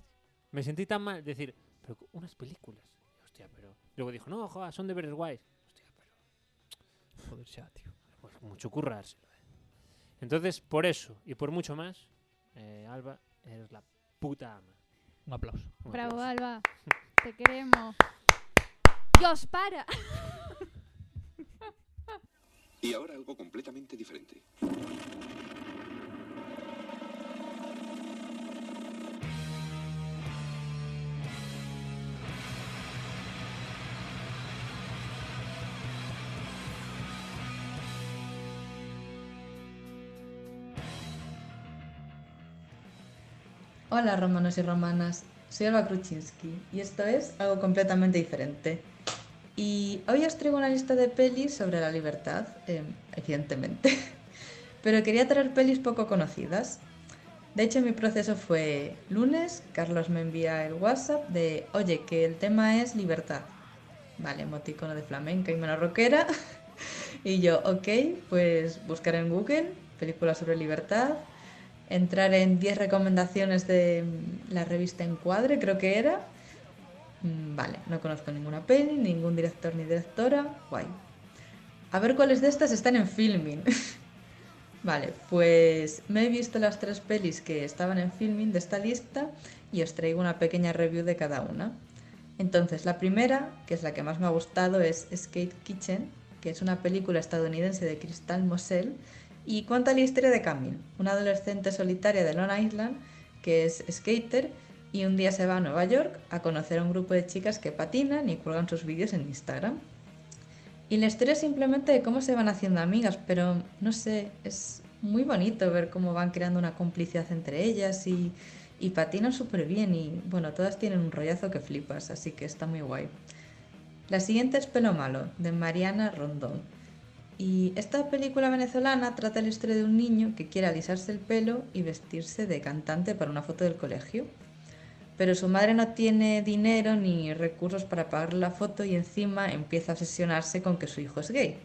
A: Me sentí tan mal decir, pero cu- unas películas. Hostia, pero... Luego dijo, no, joa, son deberes guays. Hostia, pero...
C: Joder, xa, tío.
A: pues, mucho currárselo. ¿eh? Entonces, por eso y por mucho más, eh, Alba, eres la puta ama.
C: Un aplauso.
A: Un
B: Bravo,
A: aplauso.
B: Alba. Te queremos. Dios, para.
D: Y ahora algo completamente diferente.
I: Hola romanos y romanas, soy Alba Kruczynski y esto es algo completamente diferente. Y hoy os traigo una lista de pelis sobre la libertad, eh, evidentemente, *laughs* pero quería traer pelis poco conocidas. De hecho, mi proceso fue lunes, Carlos me envía el WhatsApp de, oye, que el tema es libertad. Vale, emoticono de flamenca y mano rockera. *laughs* Y yo, ok, pues buscar en Google películas sobre libertad, entrar en 10 recomendaciones de mm, la revista Encuadre, creo que era. Mm, Vale, no conozco ninguna peli, ningún director ni directora, guay. A ver cuáles de estas están en filming. *laughs* vale, pues me he visto las tres pelis que estaban en filming de esta lista y os traigo una pequeña review de cada una. Entonces, la primera, que es la que más me ha gustado, es Skate Kitchen, que es una película estadounidense de Crystal Mosel y cuenta la historia de Camille, una adolescente solitaria de Long Island que es skater y un día se va a Nueva York a conocer a un grupo de chicas que patinan y cuelgan sus vídeos en Instagram. Y la historia es simplemente de cómo se van haciendo amigas, pero no sé, es muy bonito ver cómo van creando una complicidad entre ellas y, y patinan súper bien y bueno, todas tienen un rollazo que flipas, así que está muy guay. La siguiente es Pelo Malo, de Mariana Rondón. Y esta película venezolana trata la historia de un niño que quiere alisarse el pelo y vestirse de cantante para una foto del colegio. Pero su madre no tiene dinero ni recursos para pagar la foto y encima empieza a obsesionarse con que su hijo es gay.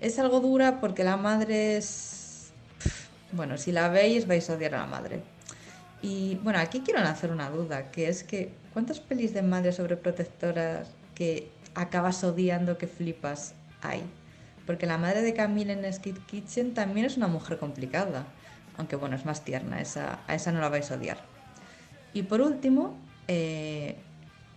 I: Es algo dura porque la madre es... pf, Bueno, si la veis vais a odiar a la madre. Y bueno, aquí quiero lanzar una duda, que es que ¿cuántas pelis de madres sobreprotectoras que acabas odiando que flipas hay? Porque la madre de Camille en Skid Kitchen también es una mujer complicada, aunque bueno, es más tierna, esa, a esa no la vais a odiar. Y por último, eh,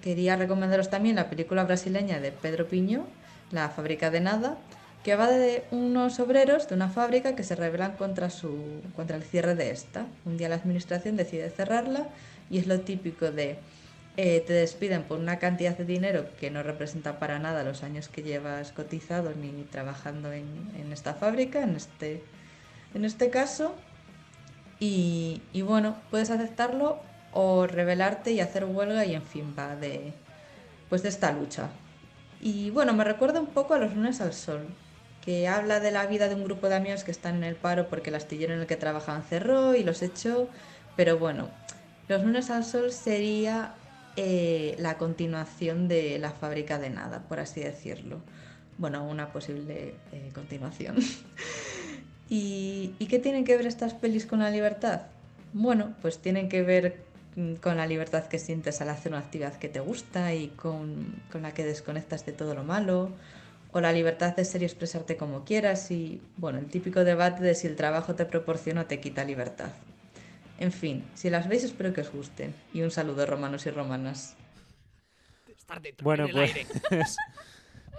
I: quería recomendaros también la película brasileña de Pedro Piño, La fábrica de nada, que va de unos obreros de una fábrica que se rebelan contra, su, contra el cierre de esta. Un día la administración decide cerrarla y es lo típico de eh, te despiden por una cantidad de dinero que no representa para nada los años que llevas cotizado ni trabajando en, en esta fábrica, en este, en este caso. Y, y bueno, puedes aceptarlo o rebelarte y hacer huelga y en fin, va de, pues de esta lucha. Y bueno, me recuerda un poco a Los lunes al sol, que habla de la vida de un grupo de amigos que están en el paro porque el astillero en el que trabajaban cerró y los echó, pero bueno, Los lunes al sol sería eh, la continuación de La fábrica de nada, por así decirlo. Bueno, una posible eh, continuación. *laughs* ¿Y, ¿Y qué tienen que ver estas pelis con la libertad? Bueno, pues tienen que ver mm, con la libertad que sientes al hacer una actividad que te gusta y con, con la que desconectas de todo lo malo, o la libertad de ser y expresarte como quieras y, bueno, el típico debate de si el trabajo te proporciona o te quita libertad. En fin, si las veis espero que os gusten y un saludo romanos y romanas.
E: Estar dentro,
A: Bueno,
E: en el aire.
A: pues. *laughs*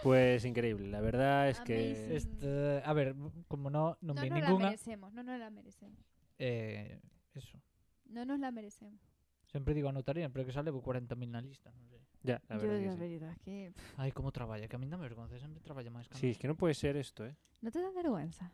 A: Pues increíble, la verdad es que.
C: Este, a ver, como no
B: Mm. No
C: nombré
B: nos la
C: ninguna,
B: merecemos, no nos la merecemos.
C: eh, eso.
B: No nos la merecemos.
C: Siempre digo anotaría, pero que sale por 40.000 na lista. Non sei.
A: Ya, la verdad que sí.
B: verdad que...
C: Ai, como traballa, que a mí dame vergonza, sempre traballa máis que a
A: Sí,
C: nós.
A: es que no puede ser esto, ¿eh?
B: ¿No te da vergüenza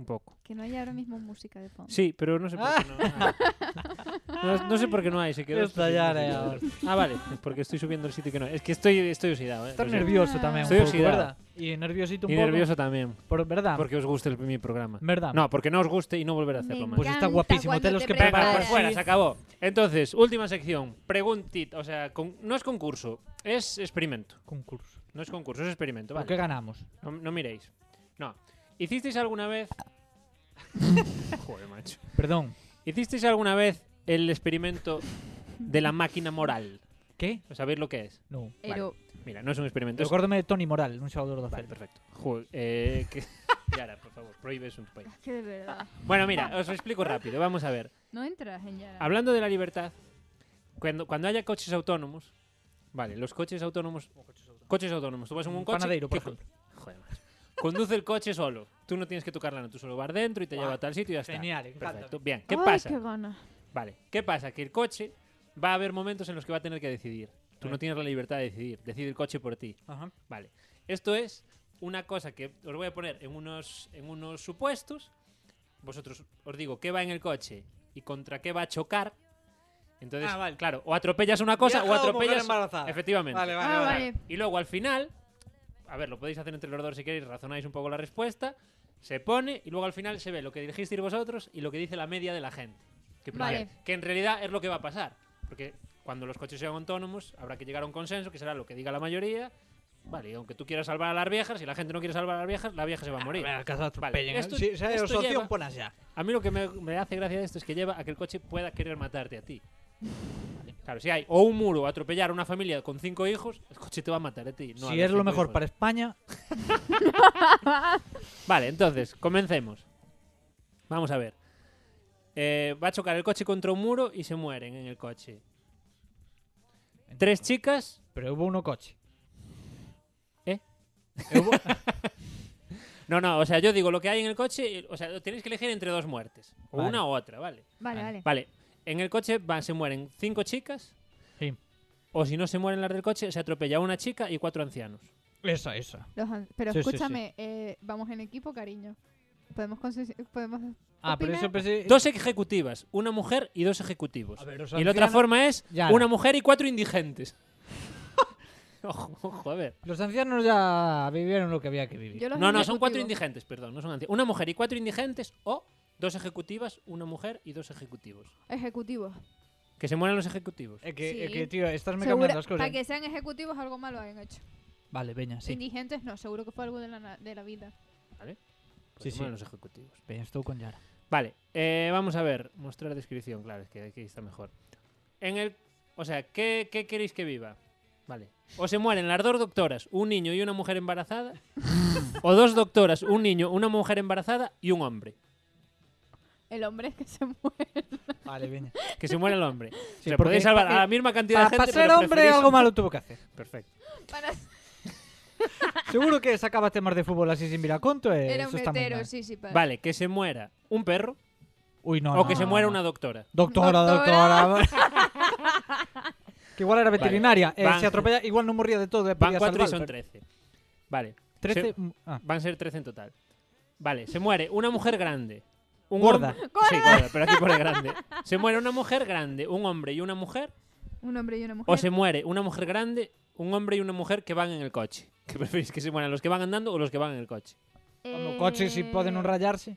A: Un poco.
B: que no haya ahora mismo música de fondo?
A: Sí, pero no sé por qué
C: *laughs*
A: no. No, no sé por qué no hay, se quedó.
C: Está
A: sin-
C: ya
A: sin- sin-
C: ahora.
A: Ah, vale, es porque estoy subiendo el sitio que no. Es que estoy, estoy oxidado, ¿eh?
C: Estás
A: lo siento.
C: nervioso tamén
A: Estoy
C: un pouco,
A: oxidado.
C: verdad? E nerviosito un Ah.
A: Y
C: pouco.
A: nervioso también.
C: Por verdad.
A: Porque os guste el, mi programa.
C: Verdad.
A: No, porque no os guste y no volver a hacerlo más.
B: Me
C: Pues
B: encanta
C: está guapísimo,
B: cuando
C: te los
B: te
C: que
A: Venga,
B: preparas.
C: preparar.
A: por fuera, se acabó. Entonces, última sección. Preguntita, o sea, con- no es concurso, es experimento.
C: Concurso.
A: No es concurso, es experimento,
C: Vale.
A: vale.
C: que ganamos?
A: No, no miréis. No. ¿Hicisteis alguna
C: *laughs*
A: vez... Joder, macho.
C: Perdón.
A: ¿Hicisteis alguna vez el experimento de la máquina moral?
C: Que?
A: ¿Sabéis lo que es?
C: Non.
B: Pero
A: Mira, no es un experimento.
C: Entonces...
A: es-
C: Recórdame de Tony Moral, un xogador do
A: Vale,
C: Celta.
A: perfecto. Joder, eh, que... *laughs* Yara, por favor, prohíbe eso en tu país.
B: que de verdad,
A: Bueno, mira, os lo explico rápido. Vamos a ver.
B: no entras en Yara.
A: Hablando de la libertad, cuando, cuando haya coches autónomos, vale, los coches autónomos, coches autónomos, tú vas en un,
C: Un
A: coche,
C: panadeiro, por
A: que co-
C: ejemplo.
A: *laughs* joder, macho. conduce el coche solo, tú no tienes que tocarla, tú solo vas dentro y te lleva a tal sitio y ya está.
C: Genial,
A: Perfecto,
C: encanta.
A: bien. ¿Qué
B: Ay,
A: pasa?
B: qué gana.
A: Vale, ¿qué pasa? Que el coche va a haber momentos en los que va a tener que decidir. Tú
C: Vale.
A: no tienes la libertad de decidir, decide el coche por ti.
C: Ajá.
A: Vale. Esto es una cosa que os voy a poner en unos, en unos supuestos. Vosotros os digo qué va en el coche y contra qué va a chocar. Entonces,
E: Ah, vale.
A: claro, o atropellas una cosa
E: Viaja
A: o
E: o mujer
A: atropellas.
E: embarazada.
A: Efectivamente.
E: Vale, vale,
B: Ah,
E: vale.
B: vale.
A: Y luego al final, a ver, lo podéis hacer entre los dos si queréis, razonáis un poco la respuesta, se pone y luego al final se ve lo que dirigisteis vosotros y lo que dice la media de la gente. Que,
B: Vale.
A: que en realidad es lo que va a pasar. Porque cuando los coches sean autónomos habrá que llegar a un consenso que será lo que diga la mayoría. Vale, y aunque tú quieras salvar a las viejas, si la gente no quiere salvar a las viejas, la vieja se va a morir.
C: Vale, caza atropellen.
A: Vale,
C: Vale.
A: esto-
C: Si, se
A: esto
C: o socio,
A: lleva-
C: ponas ya.
A: A mí lo que me, me hace gracia de esto es que lleva a que el coche pueda querer matarte a ti. Vale, Claro, si hay o un muro o atropellar a una familia con cinco hijos, el coche te va a matar a ti. no a
C: si
A: los
C: es lo
A: cinco
C: mejor
A: hijos.
C: para España,
A: Vale, entonces, comencemos. Vamos a ver. Eh, va a chocar el coche contra un muro y se mueren en el coche. Tres chicas.
C: pero hubo uno coche.
A: ¿Eh?
C: Eu vou-
A: No, no, o sea, yo digo lo que hay en el coche. y- O sea, tenéis que elegir entre dos muertes. O
C: Vale.
A: una u otra, ¿vale?
B: Vale, vale.
A: Vale, en el coche van, se mueren cinco chicas.
C: Sí.
A: O si no se mueren las del coche, se atropella una chica y cuatro ancianos.
C: Esa, esa.
B: Los an- pero
C: Sí, sí, sí.
B: escúchame, eh, vamos en equipo, cariño. Podemos conces- podemos
C: Ah, pero
B: Opina-
C: eso pensé...
A: Dos ejecutivas, una mujer y dos ejecutivos.
C: A ver, os
A: y la otra
C: ancianos-
A: forma es
C: Ya.
A: una mujer y cuatro indigentes. *laughs* ojo, ojo, a ver.
C: Los ancianos ya vivieron lo que había que vivir.
B: Yo los
A: No, no, son cuatro
B: ejecutivo.
A: indigentes, perdón, no son ancianos. Una mujer y cuatro indigentes o dos ejecutivas, una mujer y dos ejecutivos.
B: ejecutivos.
A: Que se mueran los ejecutivos.
C: É que, é
B: Sí.
C: que tío, estás me
B: Segura-
C: cambiando as cousas.
B: para que sean ejecutivos algo malo hayan hecho.
C: Vale, veña, sí.
B: Indigentes no, seguro que fue algo de la, na- de la vida.
A: Pues se
C: Sí, sí.
A: mueran los ejecutivos.
C: Veña, estou con Yara.
A: Vale, eh, vamos a ver. Mostrar descripción, claro, es que aquí está mejor. En el. O sea, ¿qué, qué queréis que viva? Vale. O se mueren las dos doctoras, un niño y una mujer embarazada. o dos doctoras, un niño, una mujer embarazada y un hombre.
B: El hombre es que se *laughs* muere.
C: Vale, veña.
A: Que se muera el hombre. o sea,
C: porque-
A: podéis salvar a
C: porque-
A: la misma cantidad
C: Para
A: de gente.
C: pa ser
A: pero
C: hombre
A: preferís-
C: algo malo tuvo que hacer.
A: Perfecto.
B: Para-
C: Eh, Seguro que sacaba temas de fútbol así sin vir a conto e
B: era
C: eso
B: un
C: está moi
B: hetero,
C: mal.
B: sí, sí. Padre.
A: Vale, que se muera un perro
C: Ui, no,
A: o
C: no,
A: que se
C: no,
A: muera
C: no.
A: una doctora.
C: Doctora,
B: Doctora.
C: doctora.
B: *laughs*
C: que igual era veterinaria. eh,
A: Van-
C: se atropella, igual no morría de todo. Eh,
A: Van
C: podía
A: cuatro y
C: salvar,
A: son trece. Vale.
C: pero-
A: Se-
C: Trece... mm, Ah,
A: Van a ser 13 en total. Vale, se muere una mujer grande. Un
C: Gorda.
A: hombre- Sí, gorda, pero aquí pone grande. Se muere una mujer grande, un hombre y una mujer.
B: Un hombre y una mujer.
A: O se muere una mujer grande, un hombre y una mujer que van en el coche. *laughs* ¿Qué preferís que se mueran los que van andando o los que van en el coche?
C: Los coches si pueden
B: Eh,
C: non rayarse.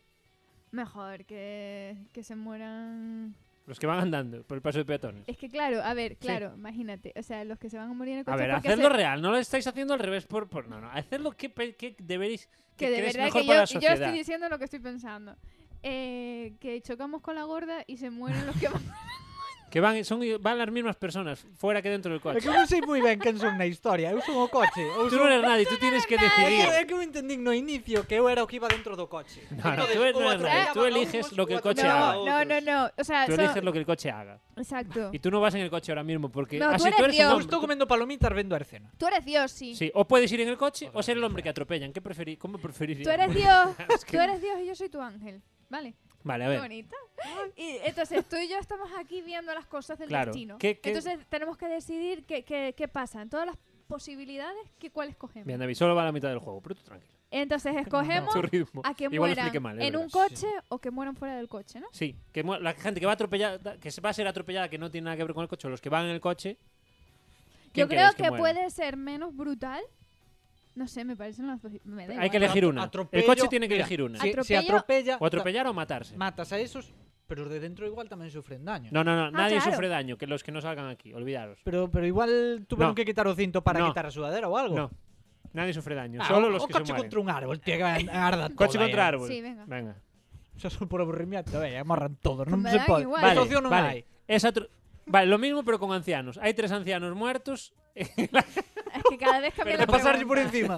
B: Mejor que, que se mueran.
A: Los que van andando por el paso de peatones.
B: Es que claro, a ver, claro, imagínate. O sea, los que se van a morir en el coche.
A: A ver,
B: pues porque
A: hacedlo
B: se-
A: real, no lo estáis haciendo al revés por, por no, no, hacedlo que, pe- que deberéis que,
B: Que de
A: creéis
B: verdad
A: mejor
B: que
A: para
B: yo,
A: la
B: yo
A: sociedad.
B: estoy diciendo lo que estoy pensando. Eh, que chocamos con la gorda y se mueren
A: *laughs*
B: los que van.
A: Que van son van las mismas personas fuera que dentro del
C: É
A: coche.
C: que eu non sei moi ben quen son na historia. Eu son o coche. Eu
A: Tú no
C: son... *laughs*
A: eres nadie, tú tienes que
C: É que,
A: decidir.
C: é que eu entendín no inicio que eu era o que iba dentro do coche.
A: No, no, tú eres- no eres nadie,
B: Ah,
A: tú eliges lo que el coche haga.
B: No, no, no, no. O sea,
A: Tú
B: son-
A: eliges lo que el coche haga.
B: exacto.
A: Y tú no vas en el coche ahora mismo porque
B: No,
A: ah,
B: tú
A: sí,
B: eres
A: un
B: Dios.
A: hombre.
C: Estou comendo palomitas vendo a escena.
B: Tú eres Dios, sí.
A: Sí, o puedes ir en el coche o ser el hombre que atropellan. ¿Qué preferí? ¿Cómo preferirías?
B: Tú eres Dios,
A: *laughs* Es que-
B: tú eres Dios y yo soy tu ángel. Vale.
A: Vale, a
B: Qué
A: ver.
B: bonito. Y entonces tú y yo estamos aquí viendo las cosas del
A: Claro.
B: destino.
A: ¿Qué- qué-
B: Entonces tenemos que decidir qué, qué, qué pasa. En todas las posibilidades, que cuál escogemos.
A: Bien, David, solo va a la mitad del juego, pero tú tranquilo.
B: Entonces escogemos
A: Tu ritmo.
B: a que
A: Igual lo
B: mueran
A: expliqué mal, es
B: en
A: verdad.
B: un coche o que mueran fuera del coche, ¿no?
A: Sí, que mu- la gente que va atropellada, que se va a ser atropellada, que no tiene nada que ver con el coche, o los que van en el coche.
B: Yo
A: ¿quién
B: creo
A: queréis
B: que,
A: muera?
B: puede ser menos brutal. No sé, me parecen las dos. me da
A: Hay que
B: igual.
A: elegir una.
C: Atropello-
A: el coche tiene que
C: Mira,
A: elegir una.
C: Si, si
B: Atropello-
C: atropella,
A: O atropellar o matarse.
C: matas a esos, pero os de dentro igual tamén sufren daño. Ah,
A: No, no, no, nadie
B: claro.
A: sufre daño, que los que no salgan aquí, olvidaros.
C: Pero, pero
A: No.
C: igual tuveron que quitar o cinto para
A: No.
C: quitar a sudadera ou algo.
A: No, nadie sufre daño,
C: Ah,
A: solo
C: o-
A: los
C: o
A: que se
C: coche
A: mueren.
C: contra un árbol, tío, que
A: *laughs*
C: arda toda,
A: Coche contra
C: eh.
A: árbol.
B: Sí, venga.
C: Xa só por aburrimiento, eh, morran todos, non
B: Me
C: se
B: dan
C: pode.
B: igual.
A: Vale,
C: Solución non
A: vale.
C: hai.
A: Es atro- vale, lo mismo pero con ancianos. Hay tres ancianos muertos. *laughs*
B: Es que cada vez cambia
C: De
B: la
C: pasarlle por
B: pregunta.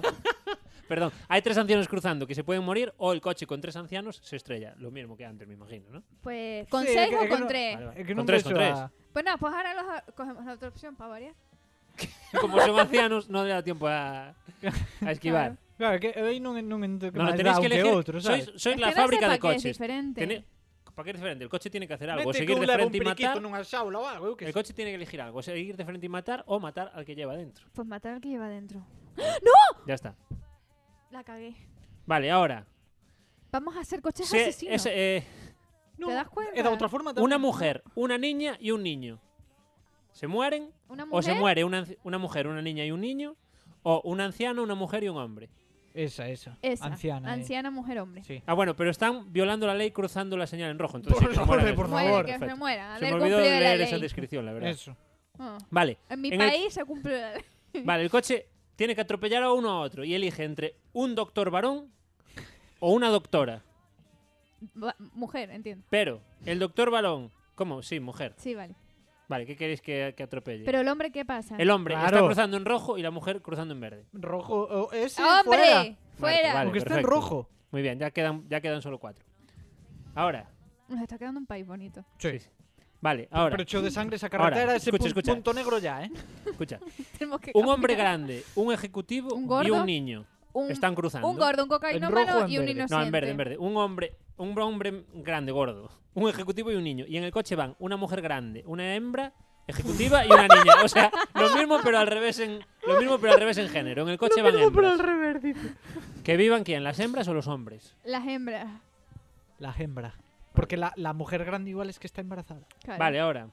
A: *laughs*
C: encima.
A: Perdón, hay tres ancianos cruzando que se pueden morir o el coche con tres ancianos se estrella. Lo mismo que antes, me imagino, ¿no?
B: Pues con
C: Sí,
B: seis
C: que-
B: o
C: que
B: con
C: no-
B: tres.
A: Vale, vale.
C: É que
A: Con
C: non
A: tres,
C: tres,
A: con tres.
B: Pues nada, pues ahora los, cogemos la otra opción para variar.
A: Como son ancianos, no le da tiempo a, a esquivar.
C: Claro, é que eu aí non, non entendo que
A: No, no,
C: máis
A: tenéis
C: dá
A: que
C: un que
A: elegir.
C: outro,
A: sois
C: sabes?
A: sois
B: Es
A: la
B: que no
A: fábrica
B: sé
A: de
B: pa' qué es
A: coches.
B: diferente.
A: ¿Para qué es diferente? El coche tiene que hacer algo.
C: Mete
A: seguir de
C: que un leva
A: frente y
C: un periquito
A: matar.
C: nunha xaula ou algo, eu que
A: El
C: sei.
A: coche tiene que elegir algo. o Seguir de frente y matar o matar al que lleva dentro.
B: Pues matar al que lleva adentro.
A: Ya está.
B: La cagué.
A: Vale, ahora.
B: Vamos a hacer coches
A: Se-
B: asesinos.
A: ese, eh,
B: ¿Te das cuenta?
C: É da outra forma tamén.
A: una mujer, una niña y un niño. ¿Se mueren?
B: Una
A: O
B: mujer.
A: se muere una, anci- una mujer, una niña y un niño. O un anciano, una mujer y un hombre.
C: Esa, esa.
B: Esa.
C: Anciana. eh.
B: Anciana, mujer, hombre.
C: Sí.
A: Ah, bueno, pero están violando la ley cruzando la señal en rojo. Entonces,
C: Por
A: sí, que se
C: favor,
A: mueran
C: por
A: esos.
B: Muere,
C: favor.
B: que se
A: Perfecto.
B: muera.
A: Se
B: Haber
A: me olvidó
B: cumplido la
A: leer
B: ley.
A: esa descripción, la verdad.
C: Eso.
B: Ah. *laughs*
A: Vale.
B: En mi
A: En el-
B: país se cumple la ley.
A: Vale, el coche tiene que atropellar a uno a otro y elige entre un doctor varón o una doctora.
B: Va- *laughs* Mujer, entiendo.
A: Pero, el doctor varón. ¿Cómo? Sí, mujer.
B: Sí, vale.
A: Vale, ¿qué queréis que, que atropelle?
B: Pero el hombre, ¿qué pasa?
A: el hombre está
C: Claro.
A: cruzando en rojo y la mujer cruzando en verde.
C: Rojo, o ese fuera.
B: ¡Hombre! ¡Fuera!
A: Vale,
C: Porque está en
A: perfecto.
C: rojo.
A: Muy bien, ya quedan, ya quedan solo cuatro. Ahora,
B: Nos está quedando un país bonito. *laughs*
A: Sí, sí. vale, ahora,
C: Pero echó de sangre esa
A: Ahora,
C: carretera, ese
A: escucha,
C: pun-
A: escucha.
C: punto negro ya, ¿eh?
B: *laughs*
A: escucha.
B: Tenemos que
A: Un
B: cambiar.
A: hombre grande, un ejecutivo
B: ¿Un
A: y
B: gordo?
A: un niño
B: Un,
A: están cruzando.
B: un gordo, un
C: ¿En rojo o
B: cocainómano
C: en
B: y un
C: verde?
B: inocente.
A: No, en verde, en verde. Un hombre, un hombre grande, gordo. Un ejecutivo y un niño. Y en el coche van una mujer grande, una hembra, ejecutiva y una niña. O sea, lo mismo pero al revés en, lo mismo pero al revés en género. En el coche van hembras.
C: revés, dice.
A: ¿Que vivan quién? ¿Las hembras o los hombres?
B: Las hembras.
C: La hembra. Porque la, la mujer grande igual es que está embarazada.
B: claro.
A: Vale, ahora.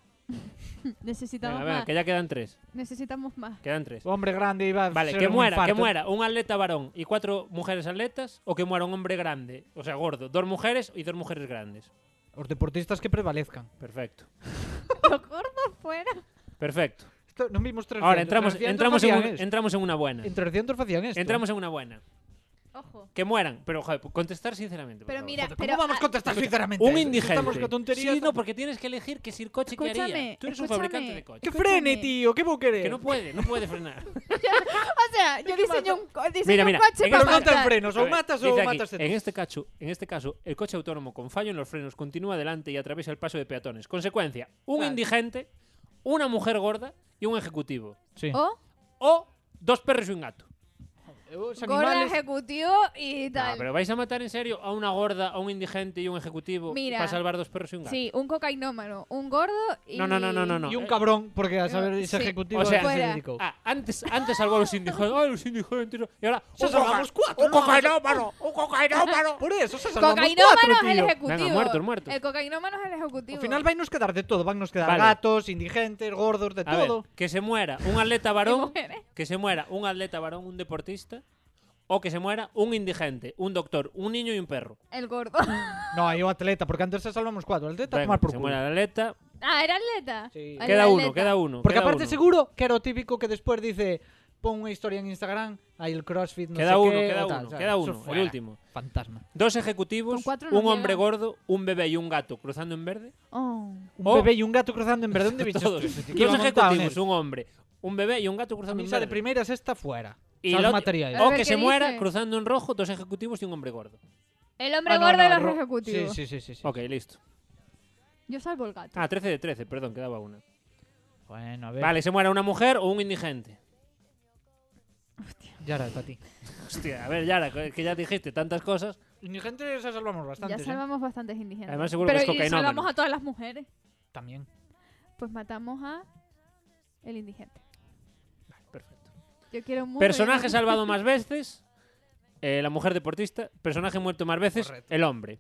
B: Necesitamos
A: Venga, venga,
B: más.
A: que ya quedan tres.
B: Necesitamos más. *laughs*
A: Quedan tres.
C: Hombre grande iba a
A: Vale,
C: ser
A: que
C: un
A: muera, que
C: infarto.
A: muera un atleta varón y cuatro mujeres atletas o que muera un hombre grande, o sea, gordo, dos mujeres y dos mujeres grandes.
C: Los deportistas que prevalezcan.
A: Perfecto.
B: Los gordos fuera.
A: Perfecto.
C: Esto, no vimos 300.
A: Ahora entramos
C: 300
A: entramos en,
C: facían
A: un-
C: esto.
A: entramos en una buena.
C: En 300 facían esto.
A: Entramos en una buena.
B: Ojo.
A: Que mueran, pero joder, pues, contestar sinceramente. por
B: Pero
A: favor.
B: mira,
C: ¿Cómo
B: pero
C: vamos a
B: ah,
C: contestar sinceramente?
A: un
C: esto?
A: indigente.
C: Estamos con tonterías.
A: Sí, no, porque tienes que elegir que si el coche que haría.
B: Escúchame,
A: Tú eres un
B: escúchame.
A: fabricante de
C: ¡Que
A: coches.
C: frene,
B: Escúchame.
C: tío! ¿Qué vos querés?
A: Que no puede, no puede frenar.
B: o sea, yo diseño un, co- diseño
A: Mira,
B: un
A: mira,
B: coche
A: en
B: para
C: Pero no
A: Vamos
C: te
B: matar.
C: frenos,
A: A
C: o
A: ver,
C: matas o
A: dice aquí,
C: matas.
A: en este caso, en este caso, el coche autónomo con fallo en los frenos continúa adelante y atraviesa el paso de peatones. Consecuencia, un
C: Claro.
A: indigente, una mujer gorda y un ejecutivo.
C: Sí.
B: O
A: O dos perros y un gato.
C: Los
B: gorda
C: animales-
B: ejecutivo y
A: No,
B: tal.
A: Ah, pero vais a matar en serio a una gorda, a un indigente y un ejecutivo
B: Mira.
A: para salvar dos perros y un gato.
B: Sí, un cocainómano, un gordo y...
A: No, no, no, no, no, no.
C: Y un cabrón, porque a saber ese
B: Sí.
C: ejecutivo
A: O sea,
C: a ese
B: Fuera.
C: dedicó.
A: Ah, antes, antes salvó a los indigentes. ¡Ay, los indigentes! Y ahora.
C: Se salvamos cuatro,
A: ¡Un
C: ¿no?
A: cocainómano! ¡Un cocainómano!
C: Por eso, se salvamos
B: Cocainómano
C: cuatro,
B: es el
C: tío.
B: ejecutivo.
A: Venga, muertos, muertos.
B: El cocainómano es el ejecutivo.
C: Al final vai nos quedar de todo, van nos quedar
A: Vale.
C: gatos, indigentes, gordos, de
A: A ver,
C: todo.
A: que se muera un atleta varón
B: Y mujeres.
A: que se muera un atleta varón, un deportista, o que se muera un indigente, un doctor, un niño y un perro.
B: El gordo. *laughs*
C: No, hay un atleta, porque antes se salvamos cuatro. El atleta a
A: Venga,
C: tomar por
A: se
C: culo.
A: muere el atleta.
B: ah, era atleta. Era
A: Queda uno,
B: atleta.
A: queda uno.
C: Porque
A: queda
C: aparte
A: uno.
C: seguro que era o típico que después dice pon una historia en Instagram, hay el CrossFit, no
A: Queda
C: sé
A: uno,
C: qué,
A: queda
C: o tal,
A: uno,
C: ¿sabes?
A: queda
C: Eso
A: uno, el
C: fuera.
A: último.
C: Fantasma.
A: Dos ejecutivos,
B: Con cuatro no
A: un hombre
B: llega.
A: gordo, un bebé y un gato cruzando en verde.
B: Oh.
C: Un
A: O-
C: bebé y un gato cruzando en verde,
A: *laughs*
C: ¿dónde bichos
A: Todos.
C: tú?
A: Dos
C: Este Que iba montado en
A: ejecutivos,
C: él.
A: un hombre, un bebé y un gato
C: A
A: cruzando
C: mí
A: en
C: esa de
A: verde.
C: primeras está fuera.
A: Y
C: Y
A: la
C: los
A: ot-
C: materiales.
B: A
A: o
B: ver,
A: que Oh.
B: ¿qué
A: se muera
B: dice?
A: cruzando en rojo, dos ejecutivos y un hombre gordo.
B: El hombre
C: Ah, no,
B: gordo
C: no,
B: y los
C: ro-
B: ejecutivos.
C: Sí, sí, sí, sí, sí.
A: Ok, listo.
B: Yo salvo el gato.
A: Ah, 13 de 13, perdón, quedaba una.
C: Bueno, a ver.
A: Vale, se muera una mujer o un indigente.
C: Ya era para ti.
A: Hostia, a ver, Yara, que que ya dijiste tantas cosas.
C: Indigente se salvamos bastante. ¿eh?
B: ya salvamos bastantes indigentes.
A: Además, seguro
B: Pero
A: que es
B: y
A: cocainómano.
B: salvamos a todas las mujeres.
C: También.
B: Pues matamos a el indigente.
A: Perfecto.
B: Yo quiero un mundo
A: Personaje
B: lleno-
A: salvado más veces, eh, la mujer deportista. Personaje muerto más veces,
C: Correcto.
A: el hombre.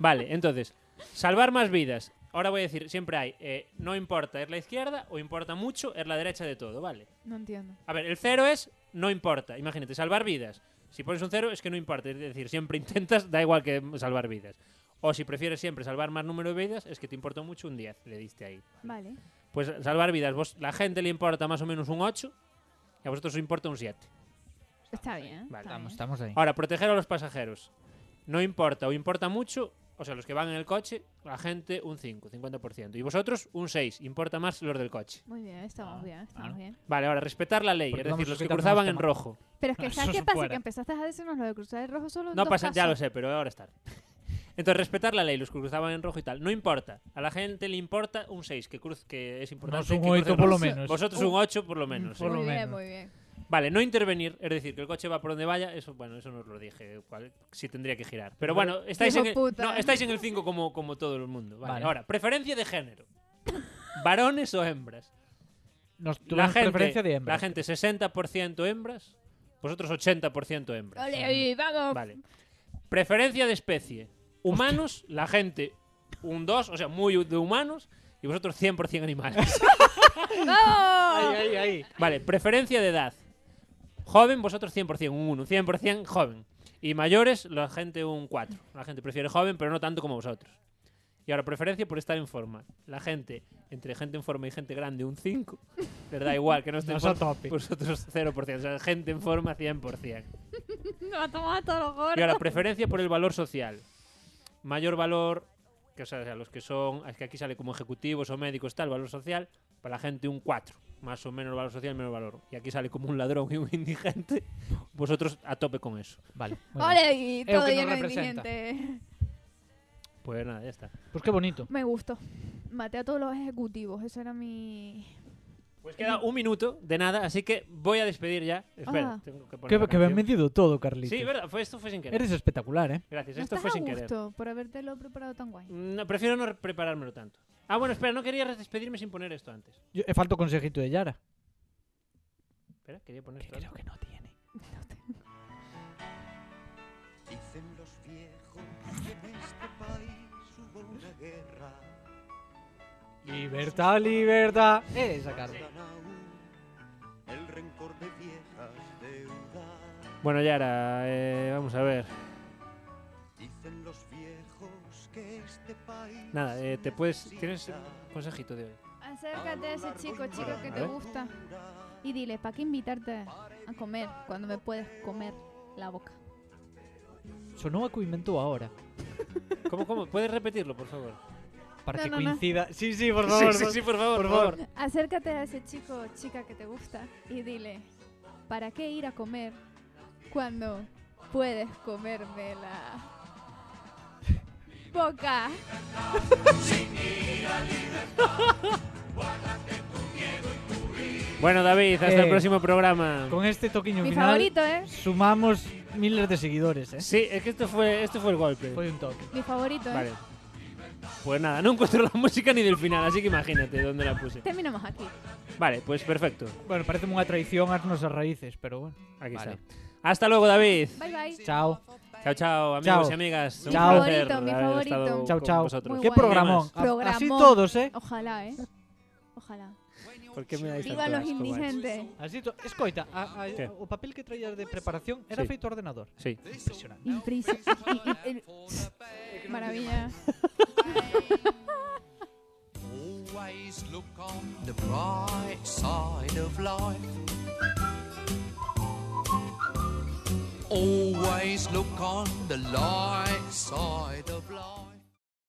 A: vale, entonces, salvar más vidas. Ahora voy a decir, siempre hay, eh, no importa, es la izquierda o importa mucho, es la derecha de todo, ¿vale?
B: No entiendo.
A: A ver, el cero es no importa. Imagínate, salvar vidas. Si pones un cero es que no importa. Es decir, siempre *laughs* intentas, da igual que salvar vidas. O si prefieres siempre salvar más número de vidas, es que te importó mucho un 10, le diste ahí.
B: Vale.
A: Pues salvar vidas, vos, la gente le importa más o menos un 8 y a vosotros os importa un 7.
B: Está bien.
A: Vale.
B: está
C: Estamos,
B: bien.
C: estamos ahí.
A: Ahora, proteger a los pasajeros. No importa o importa mucho, o sea, los que van en el coche, la gente un 5, 50%. Y vosotros un 6, importa más los del coche.
B: Muy bien, estamos
C: Ah,
B: bien, estamos
C: claro.
B: bien.
A: Vale, ahora, respetar la ley,
C: Porque
A: es
C: vamos
A: decir,
C: a
A: los que
C: respetar
A: cruzaban
C: más
A: en
C: temas.
A: rojo.
B: Pero es que,
C: Eso
B: ¿sabes qué
C: es
B: pasa?
C: fuera.
B: Que empezaste a decirnos lo de cruzar el rojo solo en
A: No
B: dos
A: pasa, ya lo
B: casos.
A: sé, pero ahora está. *laughs* Entonces, respetar la ley, los que cruzaban en rojo y tal, no importa. A la gente le importa un 6, que, cruz, que es importante.
C: Nos un
A: que cruce
C: 8 por lo
A: rojo.
C: menos.
A: Vosotros un 8 por lo menos. ¿eh? sí.
C: Por lo
B: muy bien,
C: menos.
B: muy bien.
A: Vale, no intervenir, es decir, que el coche va por donde vaya, eso bueno, eso no os lo dije, cuál- si tendría que girar. Pero bueno, estáis, en
B: Hijo
A: el,
B: puta.
A: no, estáis en el 5 como, como todo el mundo. Vale,
C: Vale.
A: Ahora, preferencia de género. ¿Varones o hembras?
C: Nos
A: La
C: tuvimos preferencia
A: gente,
C: de hembra.
A: la gente 60% hembras, vosotros 80% hembras.
B: Ole, oye, vamos.
A: Vale. Preferencia de especie. Humanos, la gente un 2, o sea, muy de humanos, y vosotros 100% animales.
B: ¡Vamos!
C: Ahí, ahí, ahí.
A: vale, preferencia de edad. Joven, vosotros 100%, un 1, 100% joven. Y mayores, la gente un 4. La gente prefiere joven, pero no tanto como vosotros. Y ahora, preferencia por estar en forma. La gente, entre gente en forma y gente grande, un 5. Les da igual que
C: *laughs*
A: no estén en
C: Nos a
A: forma.
C: tope.
A: Vosotros 0%. O sea, gente en forma 100%.
B: Nos tomado a todos los gordos.
A: Y ahora, preferencia por el valor social. Mayor valor, que o sea, los que son, es que aquí sale como ejecutivos o médicos, tal, valor social, para la gente un 4. Más o menos valor social, menos valor. Y aquí sale como un ladrón y un *laughs* indigente. Vosotros a tope con eso.
C: Vale. muy bien.
B: Ole, y
C: que
B: todo
C: nos
B: lleno de
C: representa.
B: indigente.
A: Pues nada, ya está.
C: Pues qué bonito.
B: Me gustó. Maté a todos los ejecutivos. Eso era mi.
A: Pues queda un minuto de nada, así que voy a despedir ya. Espera,
B: Ah.
A: tengo que poner.
C: Que,
A: la
C: que me han
A: canción.
C: metido todo, Carlitos.
A: Sí, verdad, fue, esto fue sin querer.
C: Eres espectacular, ¿eh?
A: Gracias,
B: No
A: esto
B: estás
A: fue
B: a
A: sin querer.
B: gusto por habértelo preparado tan guay.
A: No, prefiero no re- preparármelo tanto. Ah, bueno, espera, no quería despedirme sin poner esto antes.
C: Yo, eh, falta consejito de Yara.
A: Espera, quería poner
C: Que
A: esto. antes.
C: creo que no tiene.
D: Dicen los viejos que en este país hubo una guerra.
C: Libertad, libertad. Eres esa carta.
D: Guardan aún El rencor de viejas deudas.
A: Bueno, Yara, eh, vamos a ver.
D: Dicen los viejos que este país.
A: Nada, eh, te puedes. ¿Tienes
D: necesita
A: un consejito de hoy?
B: Acércate a ese chico, chico que
A: A
B: te
A: ver.
B: gusta. Y dile, ¿para qué invitarte a comer cuando me puedes comer la boca?
C: Sonó a Cuimento ahora.
A: ¿Cómo, cómo? ¿Puedes repetirlo, por favor?
C: Para
B: No,
C: que
B: no, no.
C: coincida. Sí, sí, por favor.
A: sí, sí, por favor, por favor.
B: Acércate a ese chico o chica que te gusta y dile, ¿para qué ir a comer cuando puedes comerme la boca?
A: Bueno, David, hasta el
C: Eh,
A: próximo programa.
C: Con este toquiño
B: Mi
C: final
B: favorito, ¿eh?
C: sumamos miles de seguidores, ¿eh?
A: Sí, es que esto fue, esto fue el golpe.
C: Fue un toque.
B: Mi favorito, ¿eh?
A: Vale. Pues nada, no encuentro la *laughs* música ni del final, así que imagínate dónde la puse.
B: Terminamos aquí.
A: Vale, pues perfecto.
C: Bueno, parece una traición a nuestras raíces, pero bueno.
A: Aquí
C: Vale.
A: está. Hasta luego, David.
B: Bye bye.
C: Chao.
A: Chao, chao, amigos
C: Chao.
A: y amigas. Un
C: Chao. Mi
A: placer
B: favorito, mi
A: haber estado
B: favorito.
C: Chao,
A: con
C: chao.
A: vosotros.
B: Muy Oh.
C: Qué
B: guay.
C: programón.
A: ¿Qué
C: A- Así
B: Programón.
C: todos, ¿eh?
B: Ojalá, ¿eh? Ojalá.
A: Por que me dais
B: Viva
A: tanto
B: los
A: asco, vais?
B: indigentes.
C: Has dito, escoita, a, a,
A: Que?
C: o papel que traías de preparación era
A: Sí.
C: feito a ordenador.
A: Sí.
C: Impresionante.
B: Imprisa- y- y- el- *laughs* Maravilla.
D: Always look on the bright side of life. Always look on the light side of life.